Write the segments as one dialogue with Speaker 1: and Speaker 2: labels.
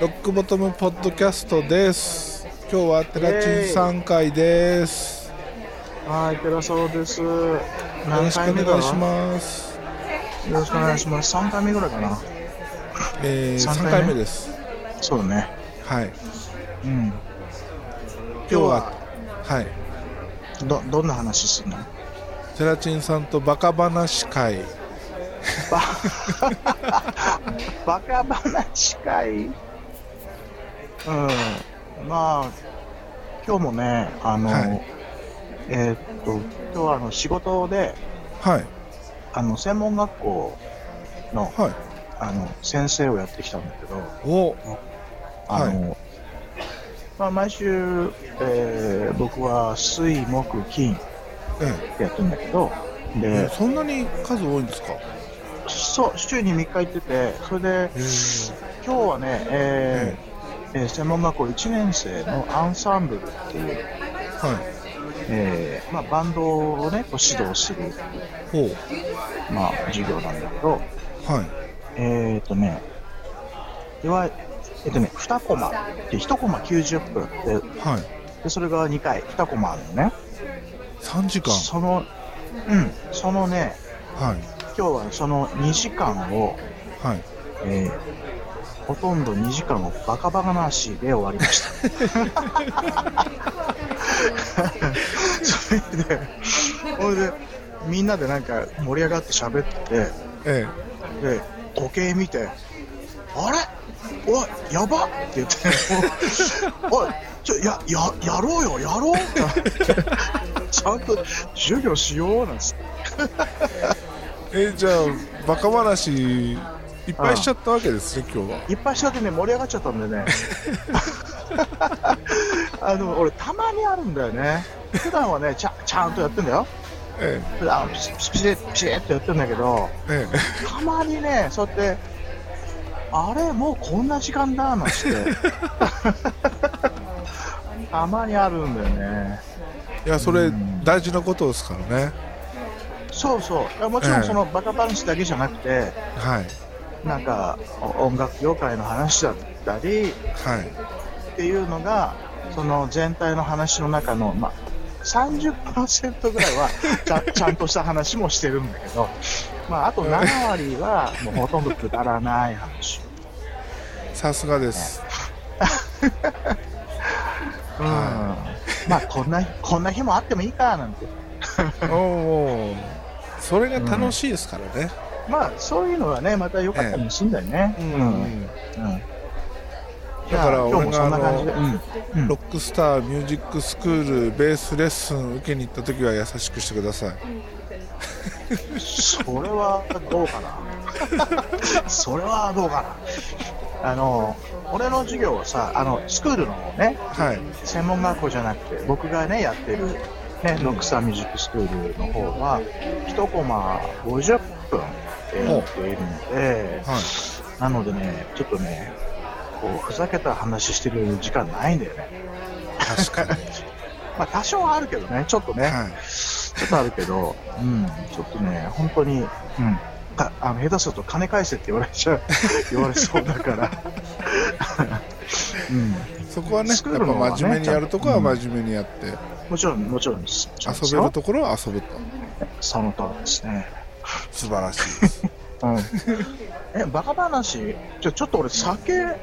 Speaker 1: ロックボトムポッドキャストです。今日は寺地さん会です。
Speaker 2: はい、寺沢です。よ
Speaker 1: よろ
Speaker 2: ろ
Speaker 1: しくお願いします。
Speaker 2: す。よろしくお願いします。3回目ぐらいかな。
Speaker 1: えー、
Speaker 2: 三
Speaker 1: 3
Speaker 2: 回目
Speaker 1: 回目です。
Speaker 2: そうだね。
Speaker 1: はい。
Speaker 2: うん。
Speaker 1: 今日は、はい。
Speaker 2: ど、どんな話するの
Speaker 1: テラチンさんとバカ話会。
Speaker 2: バ バカ話かい。うん。まあ、今日もね、あの、
Speaker 1: はい
Speaker 2: えーっと、今日はあの仕事で、
Speaker 1: はい。
Speaker 2: あの、専門学校の、
Speaker 1: はい。
Speaker 2: あの、先生をやってきたんだけど、
Speaker 1: お、
Speaker 2: あの、まあ、毎週、えー僕は水、木、金
Speaker 1: え
Speaker 2: ってやってるんだけど、
Speaker 1: え
Speaker 2: で、
Speaker 1: そんなに数多いんですか
Speaker 2: そう、週に3日行ってて、それで、今日はね、えーえー専門学校1年生のアンサンブルっていう、
Speaker 1: は
Speaker 2: えーまあ、バンドをね、こう指導する、
Speaker 1: い。ほう。
Speaker 2: まあ、授業なんだけど、
Speaker 1: はい。
Speaker 2: えっ、とね、いわゆる、えっ、とね、2コマで、1コマ90分で
Speaker 1: はい。
Speaker 2: で、それが2回、2コマあるのね。
Speaker 1: 3時間。
Speaker 2: その、うん、そのね、
Speaker 1: はい。
Speaker 2: 今日はその2時間を、
Speaker 1: はい。
Speaker 2: えーほとんど2時間をバカバカなしで終わりました。それで、それで、みんなでなんか盛り上がって喋って
Speaker 1: え
Speaker 2: て、で、時計見て、あれおい、やばって言って、おい、おいちょ、や、や、やろうよ、やろうってなってちゃんと授業しようなんつって。
Speaker 1: え。え、じゃあ、バカ話、いっぱいしちゃったわけですね、今日は。
Speaker 2: いっぱいしちゃってね、盛り上がっちゃったんでね。 あの、俺、たまにあるんだよね。普段はね、ちゃちゃんとやってんだよ。
Speaker 1: え
Speaker 2: 普段、ピシピシピシッ、ピシッとやってんだけど、
Speaker 1: え。ええ。
Speaker 2: たまにね、そうやって、あれ、もうこんな時間だ、なんして。 たまにあるんだよね。
Speaker 1: いや、それ、大事なことですからね。
Speaker 2: そうそういや。もちろ
Speaker 1: ええ
Speaker 2: ん、その、バカ話だけじゃなくて、
Speaker 1: はい。
Speaker 2: なんか、お音楽業界の話だったり、
Speaker 1: はい。
Speaker 2: っていうのがその全体の話の中の、まあ、30%ぐらい はちゃちゃんとした話もしてるんだけど、まあ、あと7割はもうほとんどくだらない話、
Speaker 1: さすがです。
Speaker 2: うん、まあこんなこんな日もあってもいいかなんて
Speaker 1: おーおー。それが楽しいですからね。
Speaker 2: まあそういうのはねまた良かったりもするんだよね、うんうん
Speaker 1: だから
Speaker 2: じゃあ今日
Speaker 1: 俺
Speaker 2: もそん
Speaker 1: があ
Speaker 2: な感じで、
Speaker 1: の
Speaker 2: うんうん
Speaker 1: ロックスターミュージックスクールベースレッスン受けに行った時は優しくしてください
Speaker 2: それはどう かな。それはどうかな。あの、俺の授業はさ、あの、スクールのね、
Speaker 1: はい
Speaker 2: 専門学校じゃなくて、僕がね、やってる、ね、ロックサーミュージックスクールの方は、1コマ50分ってやっているので、
Speaker 1: はい
Speaker 2: なのでね、ちょっとね、こう、ふざけた話してる時間ないんだよね。
Speaker 1: 確かに
Speaker 2: まあ、多少はあるけどね、ちょっとね。
Speaker 1: はい
Speaker 2: ちょっとあるけど、うん、ちょっとね、本当に、うん、かあの下手すると金返せって言われち ゃう、言われそうだから。うん、
Speaker 1: そこはねやっ
Speaker 2: スクー
Speaker 1: ぱ
Speaker 2: ルの方はね
Speaker 1: 真面目にやるとこは
Speaker 2: ちゃんと
Speaker 1: 真面目にやって
Speaker 2: もちろん、もちろんです。
Speaker 1: 遊べるところは遊ぶと
Speaker 2: その通りですね。
Speaker 1: 素晴らしいです
Speaker 2: うん。え、バカ話、ちょ、ちょっと俺酒、
Speaker 1: はい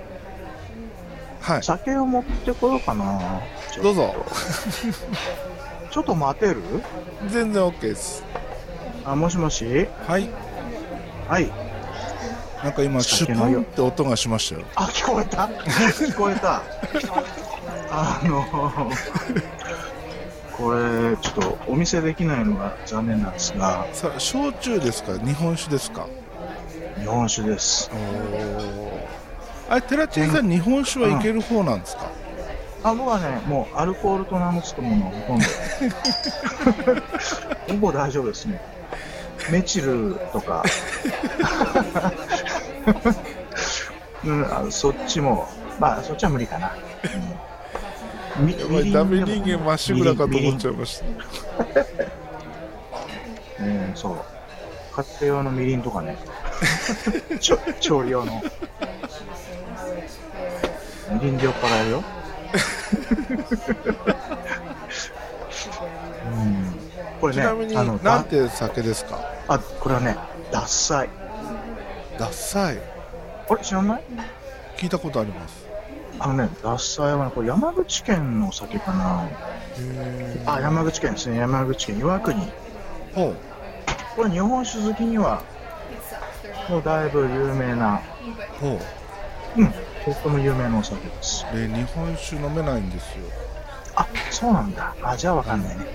Speaker 2: 酒を持ってこようかな。ちょっと
Speaker 1: どうぞ。
Speaker 2: ちょっと待てる
Speaker 1: 全然 OK です
Speaker 2: あ、もしもし
Speaker 1: はい
Speaker 2: はい。
Speaker 1: なんか今シュ
Speaker 2: 酒
Speaker 1: プ
Speaker 2: のよ
Speaker 1: ンって音がしましたよ
Speaker 2: あ、聞こ えた聞こえた。あの、これ、ちょっとお見せできないのが残念なんですが、
Speaker 1: さあ焼酎ですか日本酒ですか
Speaker 2: 日本酒です。
Speaker 1: おーあれ寺地さん日本酒はいける方なんですか
Speaker 2: あ、僕はね、もうアルコールと何のつくものをほとんど。 ほぼ大丈夫ですね。メチルとか、 うん、あのそっちも、まあ、そっちは無理かな。うん、み
Speaker 1: やばい
Speaker 2: みりん
Speaker 1: ダメ
Speaker 2: でも
Speaker 1: 人間まっしぐらかと
Speaker 2: みりんみり
Speaker 1: 思
Speaker 2: ん
Speaker 1: っちゃいました
Speaker 2: うん、そう。家庭用のみりんとか ねちょ調理用のみりんで酔っ払えるようんこれ
Speaker 1: ち
Speaker 2: ね
Speaker 1: なみに
Speaker 2: あの
Speaker 1: なんて酒ですか
Speaker 2: あこれはね獺祭
Speaker 1: ダッサい
Speaker 2: あれ知らない
Speaker 1: 聞いたことあります
Speaker 2: あのね獺祭はねこれ山口県の酒かなあ山口県ですね山口県岩国
Speaker 1: ほう
Speaker 2: これ日本酒好きにはもうだいぶ有名な
Speaker 1: ほう
Speaker 2: うんとっても有名なお酒です
Speaker 1: で日本酒飲めないんですよ
Speaker 2: あそうなんだあじゃあわかんないね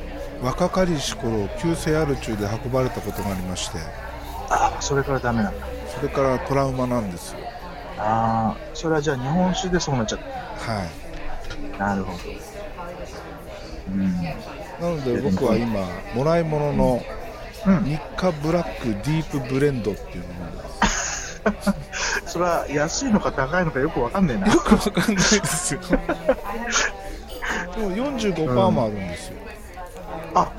Speaker 1: 若かりし頃急性アル中で運ばれたことがありまして
Speaker 2: あそれからダメなんだ
Speaker 1: それからトラウマなんですよ
Speaker 2: ああそれはじゃあ日本酒でそうなっちゃっ
Speaker 1: はい
Speaker 2: たなるほどうん
Speaker 1: なので僕は今もらい物の
Speaker 2: うん、
Speaker 1: 日課ブラックディープブレンドっていうのを飲んでます
Speaker 2: それは安いのか高いのかよくわかんないな。
Speaker 1: よくわかんないですよでも45%もあるんですよ、
Speaker 2: あ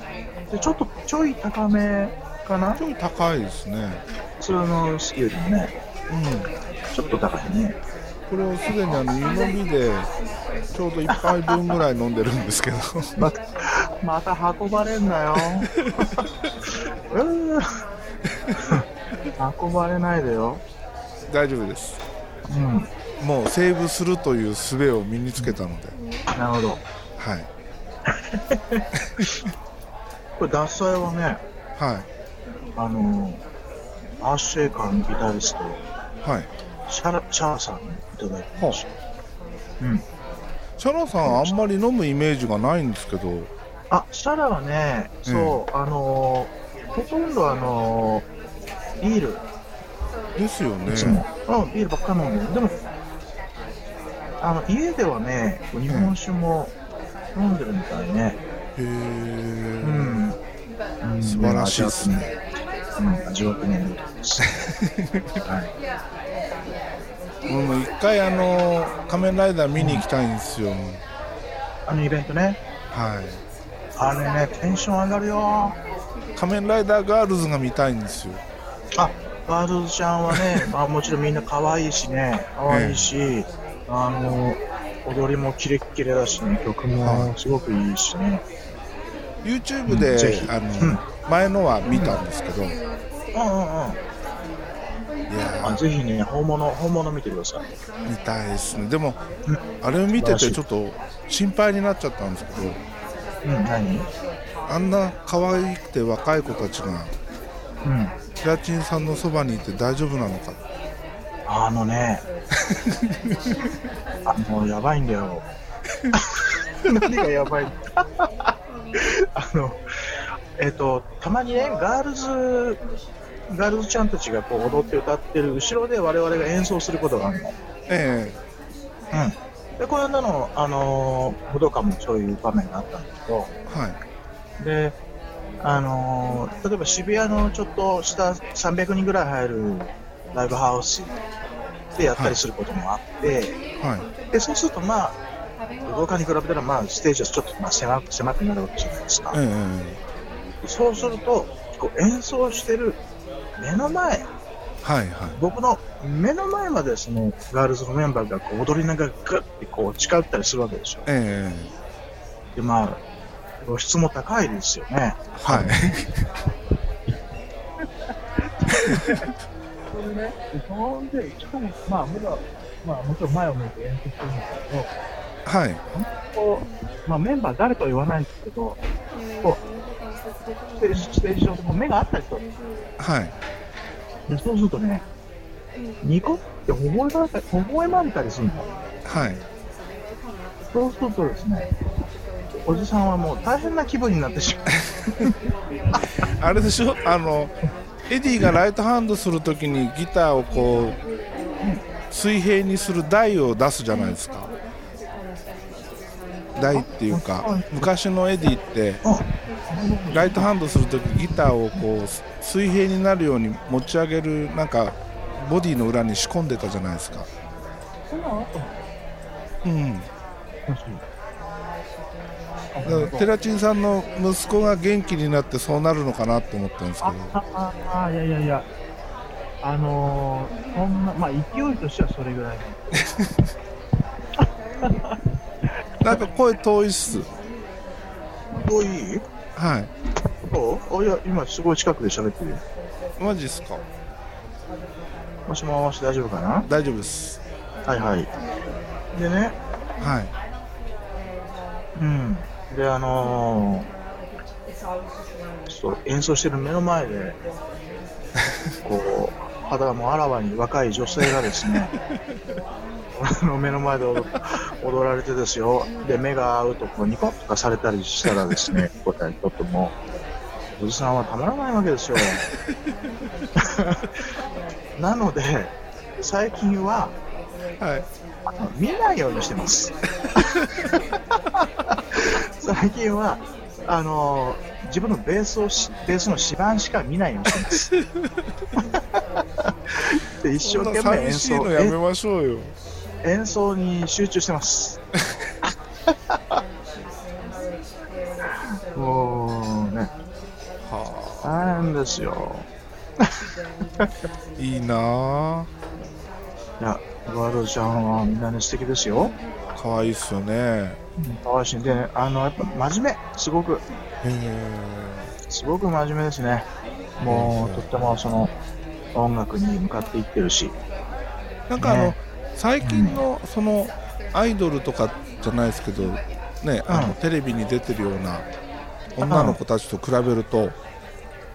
Speaker 2: でちょっとちょい高めかな
Speaker 1: ちょい高いですね
Speaker 2: 普通の好きよりもね、
Speaker 1: うん
Speaker 2: ちょっと高いね。
Speaker 1: これをすでにあの湯飲みでちょうど1杯分ぐらい飲んでるんですけど
Speaker 2: また、また運ばれんなよ。うー運ばれないでよ。
Speaker 1: 大丈夫です
Speaker 2: うん、
Speaker 1: もうセーブするという術を身につけたので
Speaker 2: なるほど。
Speaker 1: はい
Speaker 2: これ、脱菜はね、
Speaker 1: はい
Speaker 2: あのー、アーシェイカーのギタリスト、
Speaker 1: はい
Speaker 2: シャラ、シャラさんにいただいてます。うん。
Speaker 1: シャラさんあんまり飲むイメージがないんですけど
Speaker 2: あ、シャラはね、そう、あのー、ほとんどあのー、ビール、
Speaker 1: ですよね
Speaker 2: いつも、うん、ビールばっか飲んでる。でも、あの、家ではね、日本酒も飲んでるみたいね。
Speaker 1: へえ、
Speaker 2: うん。うん
Speaker 1: 素晴らしいですね。
Speaker 2: うん、味わってね、うん味わってねです。はい。
Speaker 1: 俺も一回あの仮面ライダー見に行きたいんですよ、
Speaker 2: あのイベントね、
Speaker 1: はい
Speaker 2: あれね、テンション上がるよ。
Speaker 1: 仮面ライダーガールズが見たいんですよ
Speaker 2: あ、ガールズちゃんはね、まあもちろんみんな可愛いしね、可愛いし、あの、踊りもキレッキレだしね、曲もすごくいいしね。
Speaker 1: YouTube で、
Speaker 2: うんぜひ
Speaker 1: あの、
Speaker 2: うん
Speaker 1: 前のは見たんですけど、いや
Speaker 2: うんうんうん。あ
Speaker 1: ー
Speaker 2: ぜひね、本物、本物見てください。
Speaker 1: 見たいですねでも、
Speaker 2: うん
Speaker 1: あれを見て
Speaker 2: 素晴らしてい
Speaker 1: ちょっと心配になっちゃったんですけど
Speaker 2: うん、何うん。
Speaker 1: あんな可愛くて若い子たちがプラチンさんのそばにいて大丈夫なのか
Speaker 2: あのね、あの、やばいんだよ。 何がやばい あの、えっ、と、たまにね、ガールズ、ガールズちゃんたちがこう踊って歌ってる後ろで我々が演奏することがあるの。う
Speaker 1: え
Speaker 2: ん。で、この間の、あの武道館もそういう場面があったんだけど、
Speaker 1: えはい
Speaker 2: で、あのー例えば渋谷のちょっとした300人ぐらい入るライブハウスでやったりすることもあって、
Speaker 1: はい
Speaker 2: でそうするとまあ、動画に比べたらまあステージはちょっとまあ狭く狭くなるわけじゃないですか。
Speaker 1: ええ
Speaker 2: そうすると、こう演奏してる目の前、
Speaker 1: はいはい
Speaker 2: 僕の目の前までそのガールズのメンバーがこう踊りながらグッてこう近寄ったりするわけですよ。
Speaker 1: え
Speaker 2: でまあ、露出も高いですよね。
Speaker 1: えはい
Speaker 2: それね、そんで、しかも、まあ、僕は、まあ、もちろん前を向いて演奏するんですけど、
Speaker 1: はい
Speaker 2: こう、まあ、メンバー誰とは言わないんですけど、こう、ステージ、ステージ上でこう目があったりする
Speaker 1: はい
Speaker 2: で、そうするとね、ニコって微笑まれたり、微笑まれたりするの。
Speaker 1: はい
Speaker 2: そうするとですね、おじさんはもう大変な気分になってし まう。
Speaker 1: あれでしょあのエディがライトハンドするときにギターをこう水平にする台を出すじゃないですか台っていうか昔のエディってライトハンドするときギターをこう水平になるように持ち上げるなんかボディの裏に仕込んでたじゃないですか
Speaker 2: そんなのあったの
Speaker 1: うんだからテラチンさんの息子が元気になってそうなるのかなと思ったんですけ
Speaker 2: あ
Speaker 1: ど
Speaker 2: ああいやいやいやあのー、そんなまあ勢いとしてはそれぐらいの
Speaker 1: なんか声遠いっす
Speaker 2: どういい
Speaker 1: はい
Speaker 2: そうあいや今すごい近くで喋ってるよ
Speaker 1: マジっすか
Speaker 2: もしもし大丈夫かな
Speaker 1: 大丈夫です
Speaker 2: はいはいでね
Speaker 1: はい
Speaker 2: うんであのー、そう演奏してる目の前でこう肌もあらわに若い女性がですね あの目の前で踊踊られてですよで目が合うとこうニコッとかされたりしたらですねこうやってとってもおじさんはたまらないわけですよ なので最近は
Speaker 1: はい
Speaker 2: あの見ないようにし てます。最近は、あのー自分のベースをし、ベースの指板しか見ないようにしてます。で一生懸命演
Speaker 1: 寂しい
Speaker 2: 奏
Speaker 1: のやめましょうよ
Speaker 2: え演奏に集中して ます。もうね、
Speaker 1: は
Speaker 2: 大変ですよ。
Speaker 1: あいいなあ
Speaker 2: いや、ワールドちゃんはみんなね、素敵ですよ。
Speaker 1: 可愛いっすよねへ
Speaker 2: 可愛いし、で、ね、あの、やっぱ真面目、すごく。
Speaker 1: え
Speaker 2: すごく真面目ですね。もう、とってもその、音楽に向かっていってるし。
Speaker 1: なんかあの、
Speaker 2: ね
Speaker 1: 最近のそのアイドルとかじゃないですけどねあの、
Speaker 2: うん
Speaker 1: テレビに出てるような女の子たちと比べると、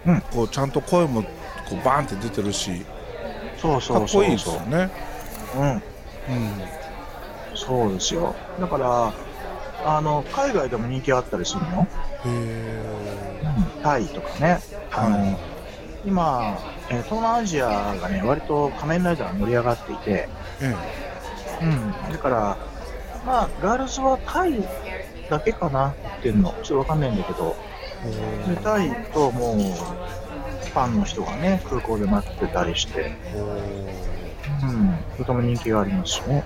Speaker 2: うん
Speaker 1: こうちゃんと声もこうバーンって出てるし
Speaker 2: そう
Speaker 1: か
Speaker 2: そ
Speaker 1: っ
Speaker 2: うそ
Speaker 1: こ
Speaker 2: う
Speaker 1: いいです
Speaker 2: そう
Speaker 1: よ。ね。
Speaker 2: う
Speaker 1: う
Speaker 2: ん。
Speaker 1: ん
Speaker 2: そうですよ。だから、あの、海外でも人気あったりするの
Speaker 1: へ
Speaker 2: タイとかね。あの、
Speaker 1: はい
Speaker 2: 今、えー東南アジアがね、割と仮面ライダーが盛り上がっていて、
Speaker 1: ええ
Speaker 2: うん。だから、まあ、ガールズはタイだけかなっていうの、ちょっとわかんないんだけど、で
Speaker 1: え
Speaker 2: タイともう、ファンの人がね、空港で待ってたりして、うん、とても人気がありますね。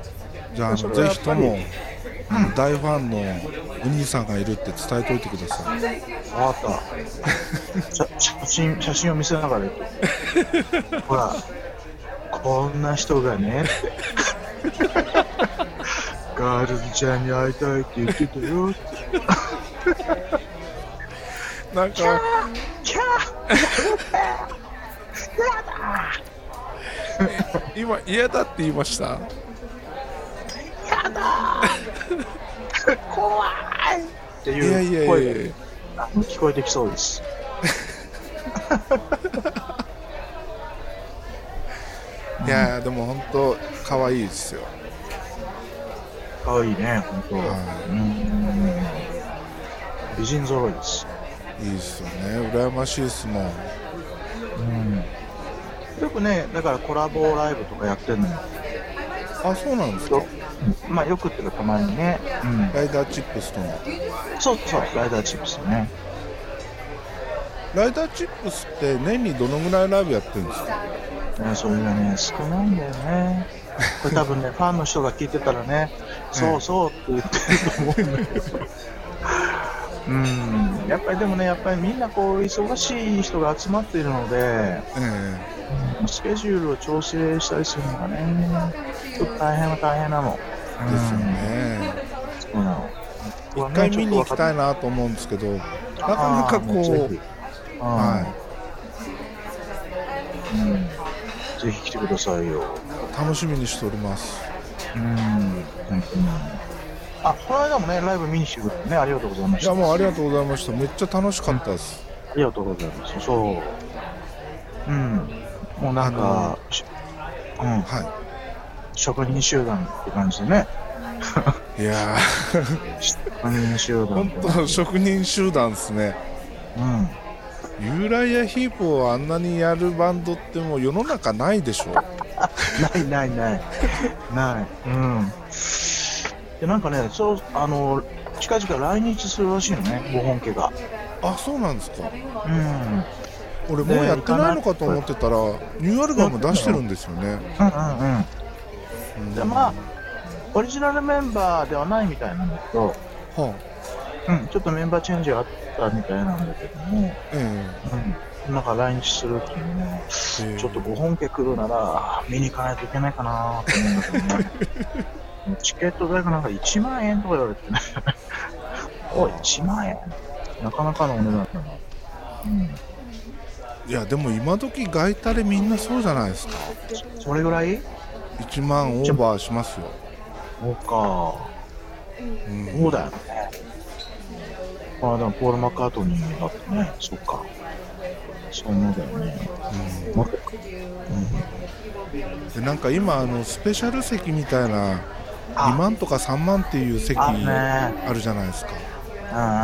Speaker 1: じゃああ
Speaker 2: そ
Speaker 1: の
Speaker 2: れは
Speaker 1: ぜ
Speaker 2: やっ
Speaker 1: ひ
Speaker 2: ぱ
Speaker 1: と
Speaker 2: り
Speaker 1: もあの大ファンのお兄さんがいるって伝えておいてください。
Speaker 2: わかった。写写真、写真を見せながら言って。ほら、こんな人がね、って。ガールズちゃんに会いたいって言ってたよって。
Speaker 1: なんか
Speaker 2: キャ
Speaker 1: 今嫌だって言いました。
Speaker 2: ー怖いって
Speaker 1: いやい
Speaker 2: い
Speaker 1: や
Speaker 2: う
Speaker 1: い
Speaker 2: 声
Speaker 1: やいや
Speaker 2: が。あの聞こえてきそうです。
Speaker 1: いやーでも本当可愛いですよ。
Speaker 2: かわいいね、本当。
Speaker 1: は
Speaker 2: うん美人揃いです。
Speaker 1: いいですよね。羨ましいですもん。
Speaker 2: よくね、だからコラボライブとかやってるのよ。
Speaker 1: あそうなんですか。
Speaker 2: まあよくっていうかたまにね。うん。
Speaker 1: ライダーチップスとの
Speaker 2: そうそう、ライダーチップスね。
Speaker 1: ライダーチップスって年にどのぐらいライブやってるんですか。
Speaker 2: ねそれがね、少ないんだよね。これ多分ね、 ファンの人が聞いてたらね、そうそうって言ってると思うんだけど。 うん、やっぱりでもね、やっぱりみんなこう、忙しい人が集まっているので、
Speaker 1: え
Speaker 2: スケジュールを調整したりするのがね、ちょっと大変は大変なの。
Speaker 1: えですよね。
Speaker 2: そうなの。
Speaker 1: 一回見に行きたいなと思うんですけど、なかなか
Speaker 2: あーも
Speaker 1: こ
Speaker 2: うぜ
Speaker 1: う
Speaker 2: ひ、は、
Speaker 1: はい
Speaker 2: うん、ぜひ来てください
Speaker 1: い、
Speaker 2: よ。
Speaker 1: 楽しみにしております。
Speaker 2: うん、本当にあ、この間もね、ライブ見に来てくれてね、ありがとうございま
Speaker 1: い
Speaker 2: した。
Speaker 1: や
Speaker 2: あ
Speaker 1: もうありがとうございました。めっちゃ楽しかったです。
Speaker 2: りがとうございます。そう。うん、もうなんか、しうん、
Speaker 1: は
Speaker 2: 職人集団って感じで ね。
Speaker 1: い。いや
Speaker 2: 職人集
Speaker 1: ー、
Speaker 2: 団っ
Speaker 1: 本
Speaker 2: て。
Speaker 1: 当職人集団ですね。
Speaker 2: うん。
Speaker 1: ユーライアヒープをあんなにやるバンドってもう世の中ないでしょ。
Speaker 2: ないないない。ない。うん。で、なんかね、そう、あの、近々来日するらしいのね、ご本家が。
Speaker 1: あ、そうなんですか。
Speaker 2: うん。
Speaker 1: 俺もうやってないのかと思ってたら、ニューアルバム出してるんですよね。
Speaker 2: うんうんうん。
Speaker 1: うん
Speaker 2: で、まあ、オリジナルメンバーではないみたいなんだけど、
Speaker 1: は
Speaker 2: うん、ちょっとメンバーチェンジがあったみたいなんだけども、
Speaker 1: え
Speaker 2: うん、なんか来日するっていうね、
Speaker 1: えええ
Speaker 2: ちょっとご本家来るなら、見に行かないといけないかなと思うんだけどね。 チケット代がなんか1万円とか言われてね。 おい、1万円なかなかのお値段だな。
Speaker 1: いやでも今時外タレみんなそうじゃないですか
Speaker 2: それぐらい
Speaker 1: 1万オーバーしますよ、
Speaker 2: そうか。
Speaker 1: うん
Speaker 2: そうだよね。まあでもポール・マッカートニーだってね、そっか。そう思うだよね。まあ
Speaker 1: でなんか今あのスペシャル席みたいな
Speaker 2: あ
Speaker 1: 2万とか3万っていう席
Speaker 2: あるね
Speaker 1: あるじゃないですか
Speaker 2: うんうんうんうん。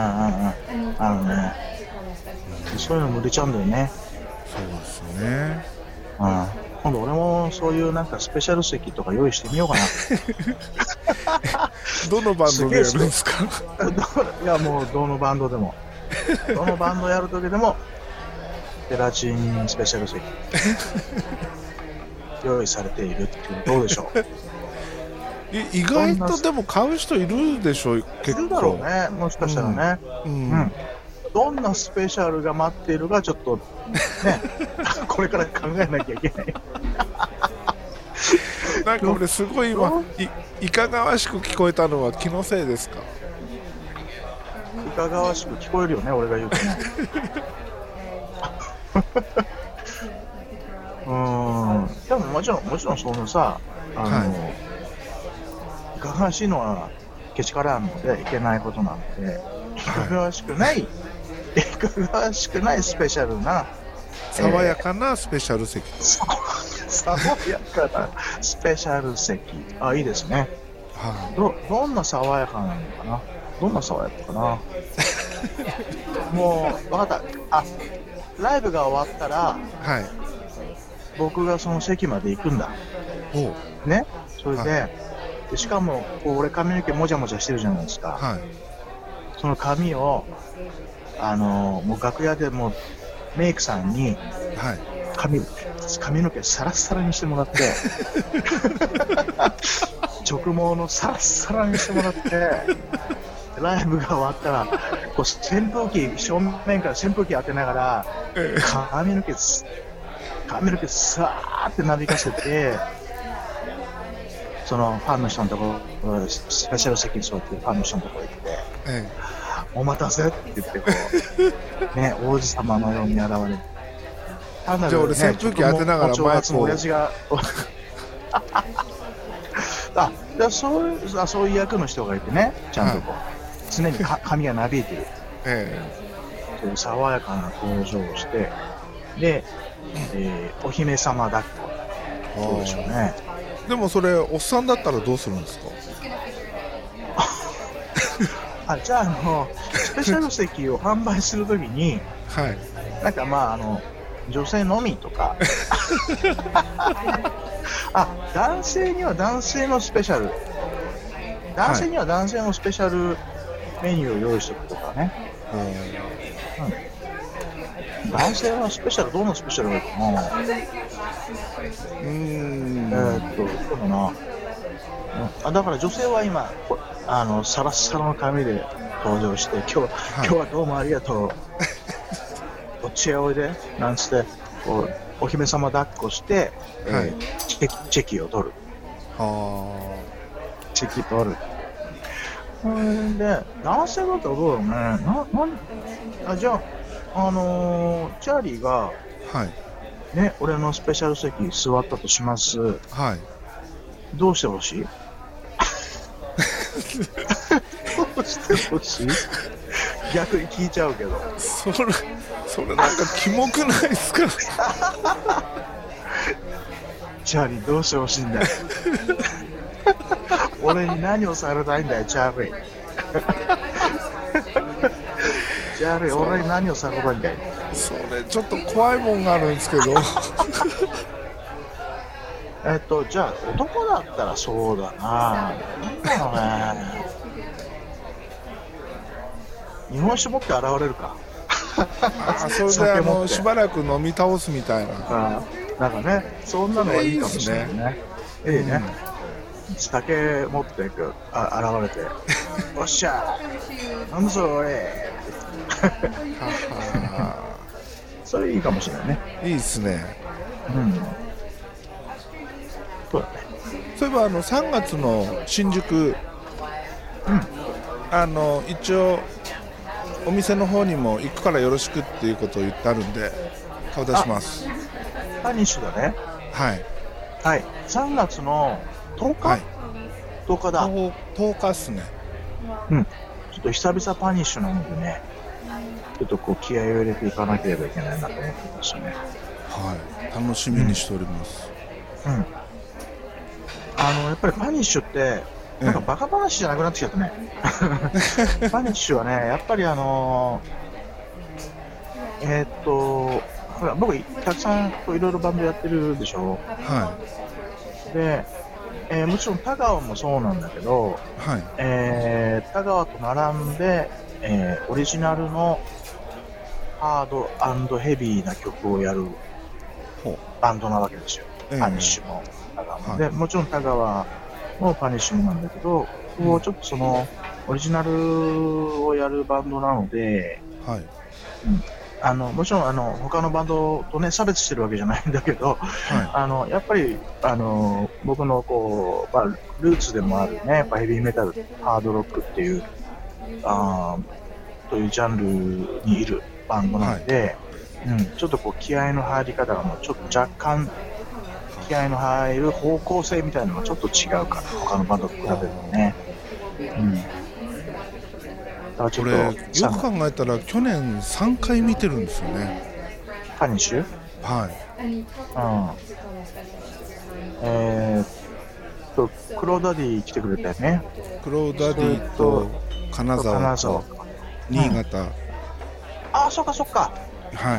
Speaker 2: あのね。そういうのも出ちゃうんだよね。
Speaker 1: そうですね
Speaker 2: うん。今度俺もそういうなんかスペシャル席とか用意してみようかな。
Speaker 1: どのバンドでやるんですか
Speaker 2: いやもうどのバンドでもどのバンドやるときでもゼラチンスペシャ ル席用意されているっていうのどうでしょう
Speaker 1: え意外とでも買う人いるでしょ
Speaker 2: い
Speaker 1: 結構
Speaker 2: るだろうねもしかしたらね
Speaker 1: うん
Speaker 2: うん、どんなスペシャルが待っているかちょっとね これから考えなきゃいけない
Speaker 1: なんか俺すごい今いいかがわしく聞こえたのは気のせいですか
Speaker 2: いかがわしく聞こえるよね俺が言うと ねうーんでももちろんもちろんそのさあの、、
Speaker 1: はい
Speaker 2: かがわしいのはけしからんのでいけないことなんでいかがわしくない、い、 かがわしくないスペシャルな
Speaker 1: 爽やかなスペシャル席、
Speaker 2: 爽やかなスペシャル席あいいですね
Speaker 1: はい
Speaker 2: どどんな爽やかなのかなどんな爽やかかなもう分かったあライブが終わったら
Speaker 1: はい
Speaker 2: 僕がその席まで行くんだ
Speaker 1: おう
Speaker 2: ねそれで,、
Speaker 1: は
Speaker 2: でしかもこう俺髪の毛もじゃもじゃしてるじゃないですか
Speaker 1: はい
Speaker 2: その髪をあのもう楽屋でもうメイクさんに
Speaker 1: はい
Speaker 2: 髪髪の毛サラッサラにしてもらって直毛のサラッサラにしてもらってライブが終わったらこう扇風機正面から扇風機当てながら髪の毛す髪の毛さーってなびかせてそのファンの人のところスペシャル席に座ってファンの人のところ行って
Speaker 1: え
Speaker 2: お待たせって言ってこう、ね、王子様のように現れる。単な
Speaker 1: じゃあ俺扇風機当てながら
Speaker 2: ちょっと
Speaker 1: マイクを
Speaker 2: もうお正月の親父が。あ、じゃあそういう、あそういう役の人がいてね、ちゃんとこう、常にか髪がなびいてる。
Speaker 1: ええ
Speaker 2: という爽やかな表情をして、で、えーお姫様抱っ
Speaker 1: え
Speaker 2: こ。どうでしょうね。
Speaker 1: でもそれおっさんだったらどうするんですか
Speaker 2: あ、じゃあ、あの、スペシャル席を販売するときに、
Speaker 1: はい
Speaker 2: なんかまあ、あの、女性のみとか。あ、男性には男性のスペシャル。男性には男性のスペシャルメニューを用意しておくとかね。
Speaker 1: おう
Speaker 2: 男性はスペシャル、どんなスペシャルがいいかな。
Speaker 1: うーん
Speaker 2: えーっと、そうだな。うんあだから女性は今、こあの、サラッサラの髪で登場して、今日は、
Speaker 1: い
Speaker 2: 今日はどうもありがとう。こっちへおいで、なんつって、こう、お姫様抱っこして、えー
Speaker 1: はい
Speaker 2: チェチェキを取る。
Speaker 1: あ
Speaker 2: チェキ取る。それで、男性だったらどうだろうね。な、なん、あ、じゃあ、あのーチャーリーが、
Speaker 1: あはい
Speaker 2: ね、俺のスペシャル席に座ったとします。
Speaker 1: はい
Speaker 2: どうしてほしいどうしてほしい逆に聞いちゃうけど。
Speaker 1: それそれなんかキモくないですか
Speaker 2: チャーリーどうしてほしいんだよ。俺に何をされたいんだよ、チャーリー。チャーリー、俺に何をされたいんだよ。
Speaker 1: それちょっと怖いもんがあるんです けど
Speaker 2: えっと、じゃあ、男だったらそうだな。なんだろうね。日本酒持って現れるか。
Speaker 1: ああそれであ
Speaker 2: 酒持
Speaker 1: の
Speaker 2: って
Speaker 1: しばらく飲み倒すみたいな
Speaker 2: あーなんかね、そんなのはいいかもしれないね。いいね。酒持ってくあ現れて、おっしゃなんだそれ
Speaker 1: は
Speaker 2: それいいかもしれないね
Speaker 1: いいいっすね
Speaker 2: うんそうだね
Speaker 1: そういえばあの3月の新宿、あの一応お店の方にも行くからよろしくっていうことを言ってあるんで顔出します
Speaker 2: パニッシュだね
Speaker 1: はい
Speaker 2: はい3月の10日、
Speaker 1: はい
Speaker 2: 10日だ
Speaker 1: 10 10日っすね
Speaker 2: うんちょっと久々パニッシュなのでねちょっとこう気合を入れていかなければいけないなと思ってましたね
Speaker 1: はい楽しみにしております、
Speaker 2: うんあのやっぱりパニッシュってなんかバカ話じゃなくなってきちゃった ね。パニッシュはね、やっぱりあのーえーっと、ほら、僕、たくさんこういろいろバンドやってるでしょ。
Speaker 1: は
Speaker 2: で、えーもちろん田川もそうなんだけど、
Speaker 1: いはい
Speaker 2: えー田川と並んで、えーオリジナルのハードヘビーな曲をやる
Speaker 1: ほう
Speaker 2: バンドなわけですよ。
Speaker 1: ええ
Speaker 2: パニッシュも田川も、
Speaker 1: はい
Speaker 2: でもちろん田川もパニッシュもなんだけど、こうちょっとそのオリジナルをやるバンドなので
Speaker 1: はい
Speaker 2: あのもちろんあの他のバンドとね差別してるわけじゃないんだけど
Speaker 1: は
Speaker 2: あのやっぱりあの僕のこう、まあ、ルーツでもあるねやっぱヘビーメタルハードロックっていうあーというジャンルにいるバンドなので、うん、ちょっとこう気合の入り方がもうちょっと若干気合の入る方向性みたいなのがちょっと違うから他のバンドと比べるとね、うん、だからちょ
Speaker 1: こ
Speaker 2: っ
Speaker 1: れよく
Speaker 2: とさ
Speaker 1: 考えたら去年3回見てるんですよね
Speaker 2: パニッシュ、うん
Speaker 1: はい
Speaker 2: えーっとクローダディ来てくれたよね
Speaker 1: クローダディと金沢
Speaker 2: 金
Speaker 1: と
Speaker 2: 沢
Speaker 1: 新潟、
Speaker 2: ああそっかそっか
Speaker 1: は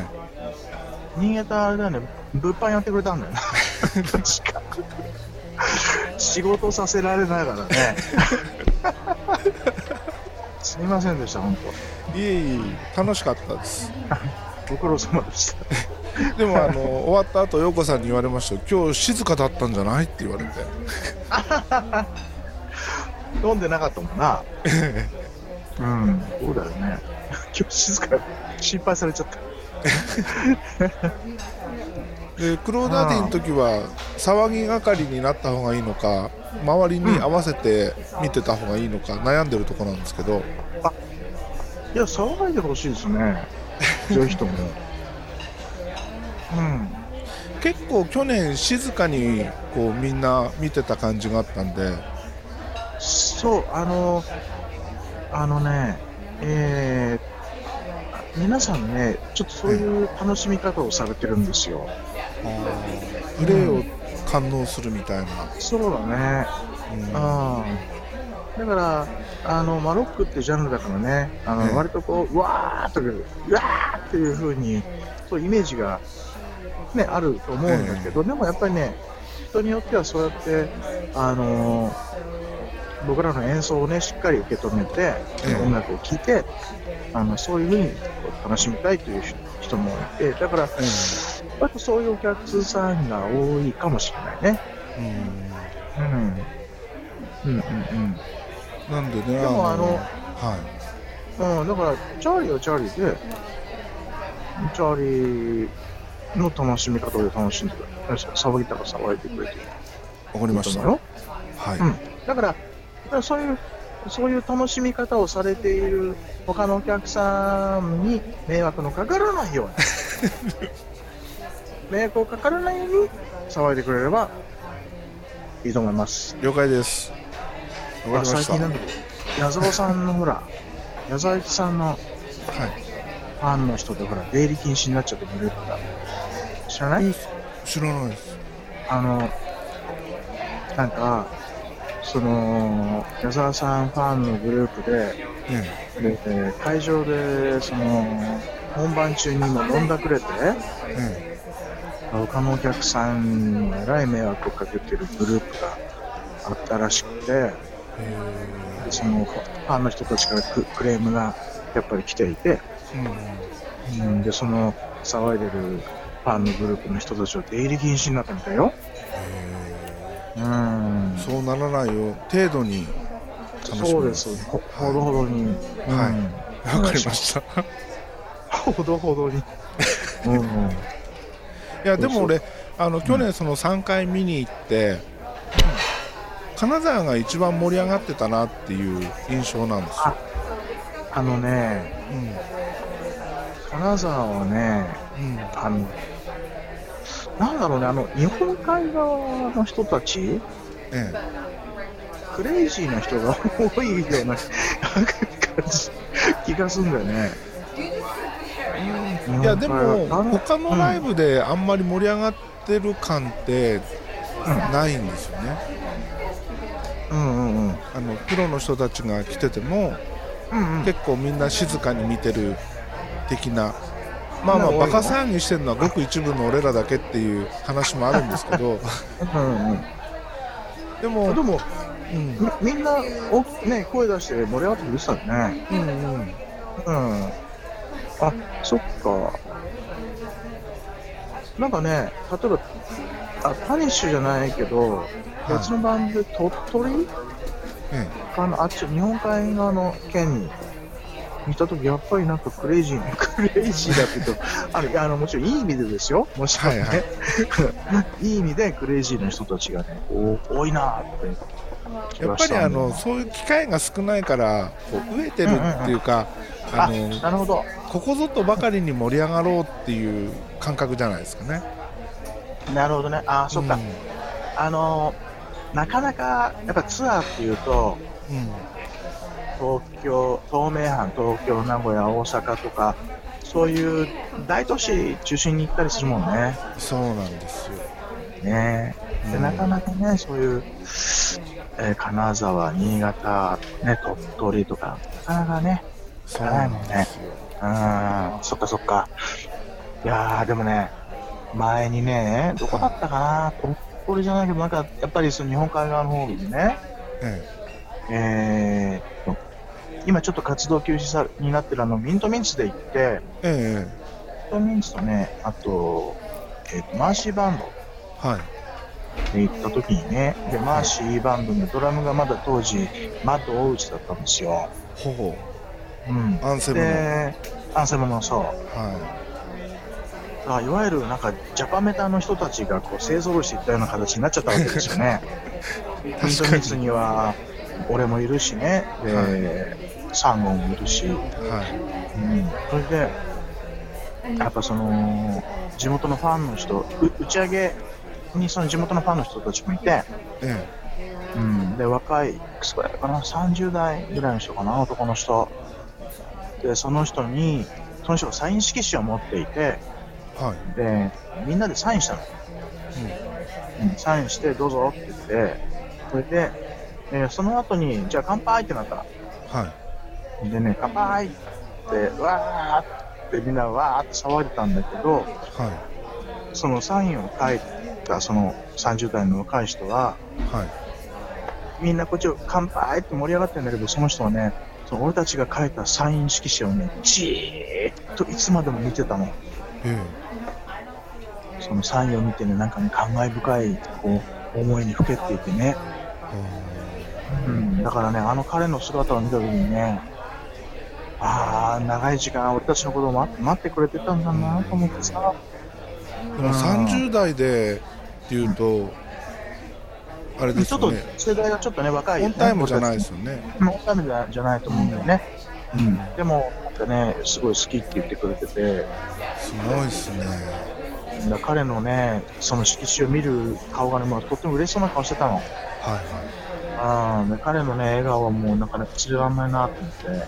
Speaker 1: い
Speaker 2: 新潟あれだよね物販やってくれたんだよね確か仕事させられないからねすみませんでした本
Speaker 1: いえいえ楽しかったです
Speaker 2: 当ご苦労様でした
Speaker 1: でも あの終わった後陽子さんに言われました今日静かだったんじゃないって言われて
Speaker 2: 飲んでなかったもんなうんそうだよね今日静か心配されちゃった
Speaker 1: でクローダーディの時は騒ぎ係になった方がいいのか周りに合わせて見てた方がいいのか悩んでるとこなんですけど
Speaker 2: いや、騒いでほしいですね。ぜひとも。うん。
Speaker 1: 結構去年静かにこうみんな見てた感じがあったんで
Speaker 2: そう、あの、あのね、えー皆さんね、ちょっとそういう楽しみ方をされてるんですよ。
Speaker 1: プレーを感動するみたいな、
Speaker 2: そうだね。
Speaker 1: うん
Speaker 2: うん。だから、あの、まあ、ロックってジャンルだからね、あ
Speaker 1: ええ
Speaker 2: の、割とこう、うわーっとく、うわーっていう風に、そういうイメージが、ね、あると思うんだけど、でもやっぱりね、人によってはそうやって、あのー僕らの演奏をね、しっかり受け止めて、
Speaker 1: え
Speaker 2: 音楽を聴いて、あの、そういう風にこう楽しみたいという人もいて、だから、
Speaker 1: え
Speaker 2: 割とそういうお客さんが多いかもしれないね。
Speaker 1: えうん
Speaker 2: うん。うんうんうん。
Speaker 1: なんでね
Speaker 2: でもあの
Speaker 1: は
Speaker 2: うん、だから、チャーリーはチャーリーで、チャーリーの楽しみ方で楽しんでくれる。騒ぎたら騒いでくれてる。
Speaker 1: いわかりました
Speaker 2: いいと思
Speaker 1: はい、
Speaker 2: うようん。だから、だからそういう、そういう楽しみ方をされている他のお客さんに迷惑のかからないよう に、迷惑をかからないように騒いでくれればいいと思います。
Speaker 1: 了解ですわかりま
Speaker 2: 最
Speaker 1: した
Speaker 2: 近なんだけど、矢沢さんのほら、矢沢駅さんの
Speaker 1: はい
Speaker 2: ファンの人でほら、出入り禁止になっちゃってグループが。知らない
Speaker 1: え知らないです
Speaker 2: あの、なんか、その、矢沢さんファンのグループで、
Speaker 1: え
Speaker 2: でえー会場で、その、本番中にも飲んだくれて、
Speaker 1: ええ
Speaker 2: 他のお客さんにえらい迷惑をかけてるグループがあったらしくて、
Speaker 1: ええ
Speaker 2: その、ファンの人たちからククレームがやっぱり来ていて、
Speaker 1: えうん
Speaker 2: うん、で、その、騒いでるファンのグループの人たちを出入り禁止になったみたいよ。
Speaker 1: え
Speaker 2: うん
Speaker 1: えそうならないよ程度に
Speaker 2: そ
Speaker 1: 楽しみ
Speaker 2: そうです。ほほどほどに。
Speaker 1: はい
Speaker 2: うん
Speaker 1: わかりました い
Speaker 2: ほどほ どに。うんうん
Speaker 1: やでも俺あの去年その3回見に行って、金沢が一番盛り上がってたなっていう印象なんですよ、
Speaker 2: あのね、金沢はね、
Speaker 1: うんうん、
Speaker 2: あの、なんだろうね、あの、日本海側の人たち、
Speaker 1: え
Speaker 2: クレイジーな人が多いような 感じ、気がするんだよね。
Speaker 1: え、いやでも
Speaker 2: あの
Speaker 1: 他のライブであんまり盛り上がってる感ってないんですよね、
Speaker 2: うんうんうん。
Speaker 1: あのプロの人たちが来てても
Speaker 2: うんうん、
Speaker 1: 結構みんな静かに見てる的なまあまあ
Speaker 2: 多
Speaker 1: バ
Speaker 2: いの
Speaker 1: カ騒ぎしてるのはごく一部の俺らだけっていう話もあるんですけ ど
Speaker 2: うんうん
Speaker 1: でも
Speaker 2: でも、
Speaker 1: うん
Speaker 2: みみんなお、ね、声出して盛り上がってくれてたよね。
Speaker 1: うんうん
Speaker 2: うん。あ、そっか。なんかね、例えば、あ、パニッシュじゃないけど、
Speaker 1: い
Speaker 2: 別のバンドで鳥取
Speaker 1: え
Speaker 2: あの、あっち、日本海側の県に行った時、やっぱりなんかクレイジーな、 クレイジーだけど、あの、いやあの、もちろんいい意味でですよ。もちろんね。
Speaker 1: はい
Speaker 2: いい意味でクレイジーな人たちがね、お多いなーって
Speaker 1: え
Speaker 2: 気
Speaker 1: やっ
Speaker 2: が
Speaker 1: ぱ
Speaker 2: し
Speaker 1: り
Speaker 2: た
Speaker 1: あ
Speaker 2: んだよ
Speaker 1: の
Speaker 2: な。
Speaker 1: そういう機会が少ないからこう飢えてるっていうかあの
Speaker 2: あ、なるほど。
Speaker 1: ここぞとばかりに盛り上がろうっていう感覚じゃないですかね。
Speaker 2: なるほどね。あー、そっか。
Speaker 1: うん
Speaker 2: あのーなかなか、やっぱツアーっていうと、
Speaker 1: うん
Speaker 2: 東京、東名阪、東京、名古屋、大阪とか、そういう大都市中心に行ったりするもんね。
Speaker 1: そうなんですよ。
Speaker 2: ねえで
Speaker 1: うん
Speaker 2: なかなかね、そういう、えー金沢、新潟、ね、鳥取とか、なかなかね、
Speaker 1: そうなんですよ。
Speaker 2: うーん、そっかそっか。いやー、でもね、前にね、どこだったかな、鳥取じゃないけど、なんか、やっぱりその日本海側の方にね、
Speaker 1: え
Speaker 2: えーと、今ちょっと活動休止さになってるあの、ミントミンツで行って、
Speaker 1: ええ
Speaker 2: ミントミンツとね、あと、えーと、マーシーバンド、
Speaker 1: えはい。
Speaker 2: で行った時にね、で、マーシーバンドのドラムがまだ当時、マッド・オウチだったんですよ。
Speaker 1: ほ
Speaker 2: うん
Speaker 1: う。。アンセムの。
Speaker 2: で、アンセムのそう。
Speaker 1: は
Speaker 2: だからいわゆるなんかジャパメタの人たちがこう勢ぞろいしていったような形になっちゃったわけです よね。ミントミンツには俺もいるしね、で、サンゴもいるし、うん、
Speaker 1: い。はい。
Speaker 2: それで、やっぱその、地元のファンの人、う打ち上げにその地元のファンの人たちもいて、
Speaker 1: え
Speaker 2: うん、で若いいくつぐらいかな30代ぐらいの人かな男の人でその人にその人がサイン色紙を持っていて
Speaker 1: えはい。
Speaker 2: でみんなでサインしたの、うんサインしてどうぞって言ってそれで、えーその後にじゃあ乾杯ってなった
Speaker 1: はい。
Speaker 2: のでね乾杯ってわーってみんなわーって騒いでたんだけど
Speaker 1: は。
Speaker 2: そのサインを書いたその30代の若い人はい
Speaker 1: はい。
Speaker 2: みんなこっちを乾杯って盛り上がってるんだけど、その人はね、その俺たちが書いたサイン色紙をね、じーっといつまでも見てたの。
Speaker 1: え
Speaker 2: そのサインを見てね、なんかね、感慨深い、こう、思いにふけっていて
Speaker 1: え
Speaker 2: ね。
Speaker 1: あ
Speaker 2: うん。だからね、あの彼の姿を見た時にね、ああ、長い時間俺たちのことを待待ってくれてたんだなと思ってさ。
Speaker 1: ーでも30代でっていうと、あれで
Speaker 2: ち
Speaker 1: す
Speaker 2: ょっ
Speaker 1: よ
Speaker 2: と
Speaker 1: ね。
Speaker 2: 世代がちょっとね、若い、ね。
Speaker 1: オンタイムじゃない
Speaker 2: 俺
Speaker 1: で
Speaker 2: たち
Speaker 1: すよね。
Speaker 2: まあオンタイムじゃじゃないと思うんだよね。うん。でも、なんかね、すごい好きって言ってくれてて、
Speaker 1: すごいですね。
Speaker 2: だ彼のね、その色紙を見る顔がね、もうとっても嬉しそうな顔してたの。
Speaker 1: は
Speaker 2: うん、で彼のね、笑顔はもうなんかね、忘れらんないなと思って。
Speaker 1: いは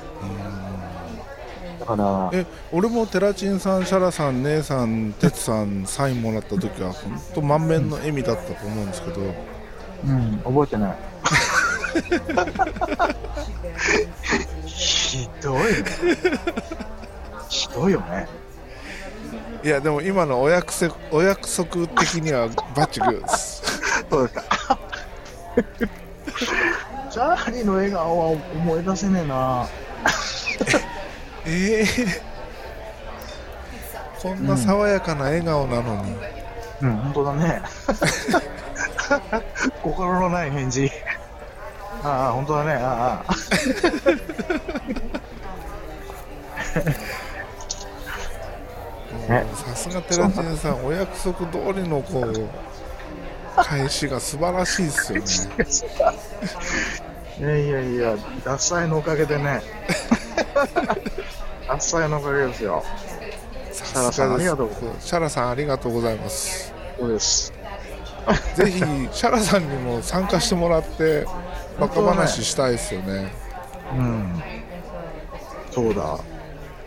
Speaker 2: だから
Speaker 1: い。う、んえ、俺もテラチンさん、シャラさん、姉さん、テツさん、サインもらった時は、本当満面の笑みだったと思うんですけど、
Speaker 2: うん、覚えてない。ひどいね。ひどいよね。
Speaker 1: いや、でも今のお約束お約束的にはバッチグーです。
Speaker 2: そうですか。チャーリーの笑顔は思い出せねえな。
Speaker 1: ええこんな爽やかな笑顔なのに、
Speaker 2: うん、本当だね。心のない返事。ああ、本当だね。ああ。ね
Speaker 1: もうさすが寺田さんお約束通りのこう返しが素晴らしいですよね
Speaker 2: いやいやいや、脱菜のおかげで ね。脱菜のおかげですよ。
Speaker 1: さす
Speaker 2: シャラさん
Speaker 1: が
Speaker 2: あ
Speaker 1: で
Speaker 2: り
Speaker 1: す
Speaker 2: がとう
Speaker 1: シャラさんありがとうございます
Speaker 2: そうです。
Speaker 1: ぜひシャラさんにも参加してもらってバカ話したいですよね
Speaker 2: うん。そうだ。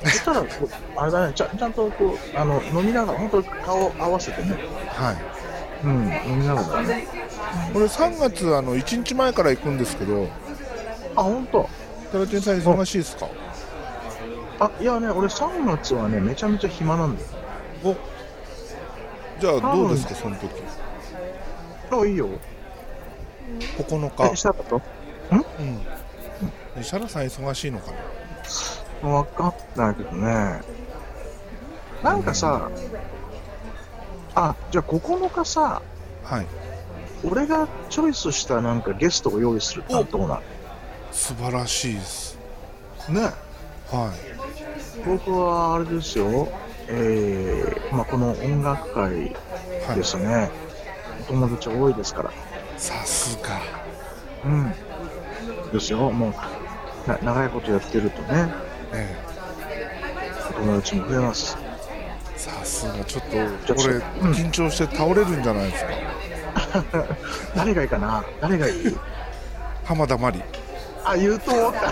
Speaker 2: そしたら、こうあれだね、ちゃんちゃんとこう、あの、飲みながら、本当に顔合わせてね。
Speaker 1: は
Speaker 2: うん、飲みながらね。
Speaker 1: いこれ3月あの1日前から行くんですけど
Speaker 2: あ、本当。
Speaker 1: 寺田さん忙しいですか
Speaker 2: あ、いやね、俺3月はね、めちゃめちゃ暇なんだよ。
Speaker 1: おじゃあどうですかその時
Speaker 2: あ、いいよ。
Speaker 1: 9
Speaker 2: え、
Speaker 1: 日
Speaker 2: したこと
Speaker 1: うんねシャラさん忙しいのかな
Speaker 2: わかんないけどね。なんかさ、あ、じゃあ9日さ、
Speaker 1: はい
Speaker 2: 俺がチョイスしたなんかゲストを用意するってどうな
Speaker 1: 素晴らしいです
Speaker 2: のね
Speaker 1: はい
Speaker 2: 僕はあれですよ、えー、まあこの音楽界
Speaker 1: は
Speaker 2: ですね、お友達多いですから。
Speaker 1: さすが
Speaker 2: うん。ですよ、もう、な長いことやってるとね、
Speaker 1: え
Speaker 2: お友達も増えます。
Speaker 1: えさすがちょっと
Speaker 2: ょっと
Speaker 1: 俺、
Speaker 2: うん
Speaker 1: 緊張して倒れるんじゃないですか
Speaker 2: 誰がいいかな誰がいい
Speaker 1: 浜田真理
Speaker 2: あ、言うと思った。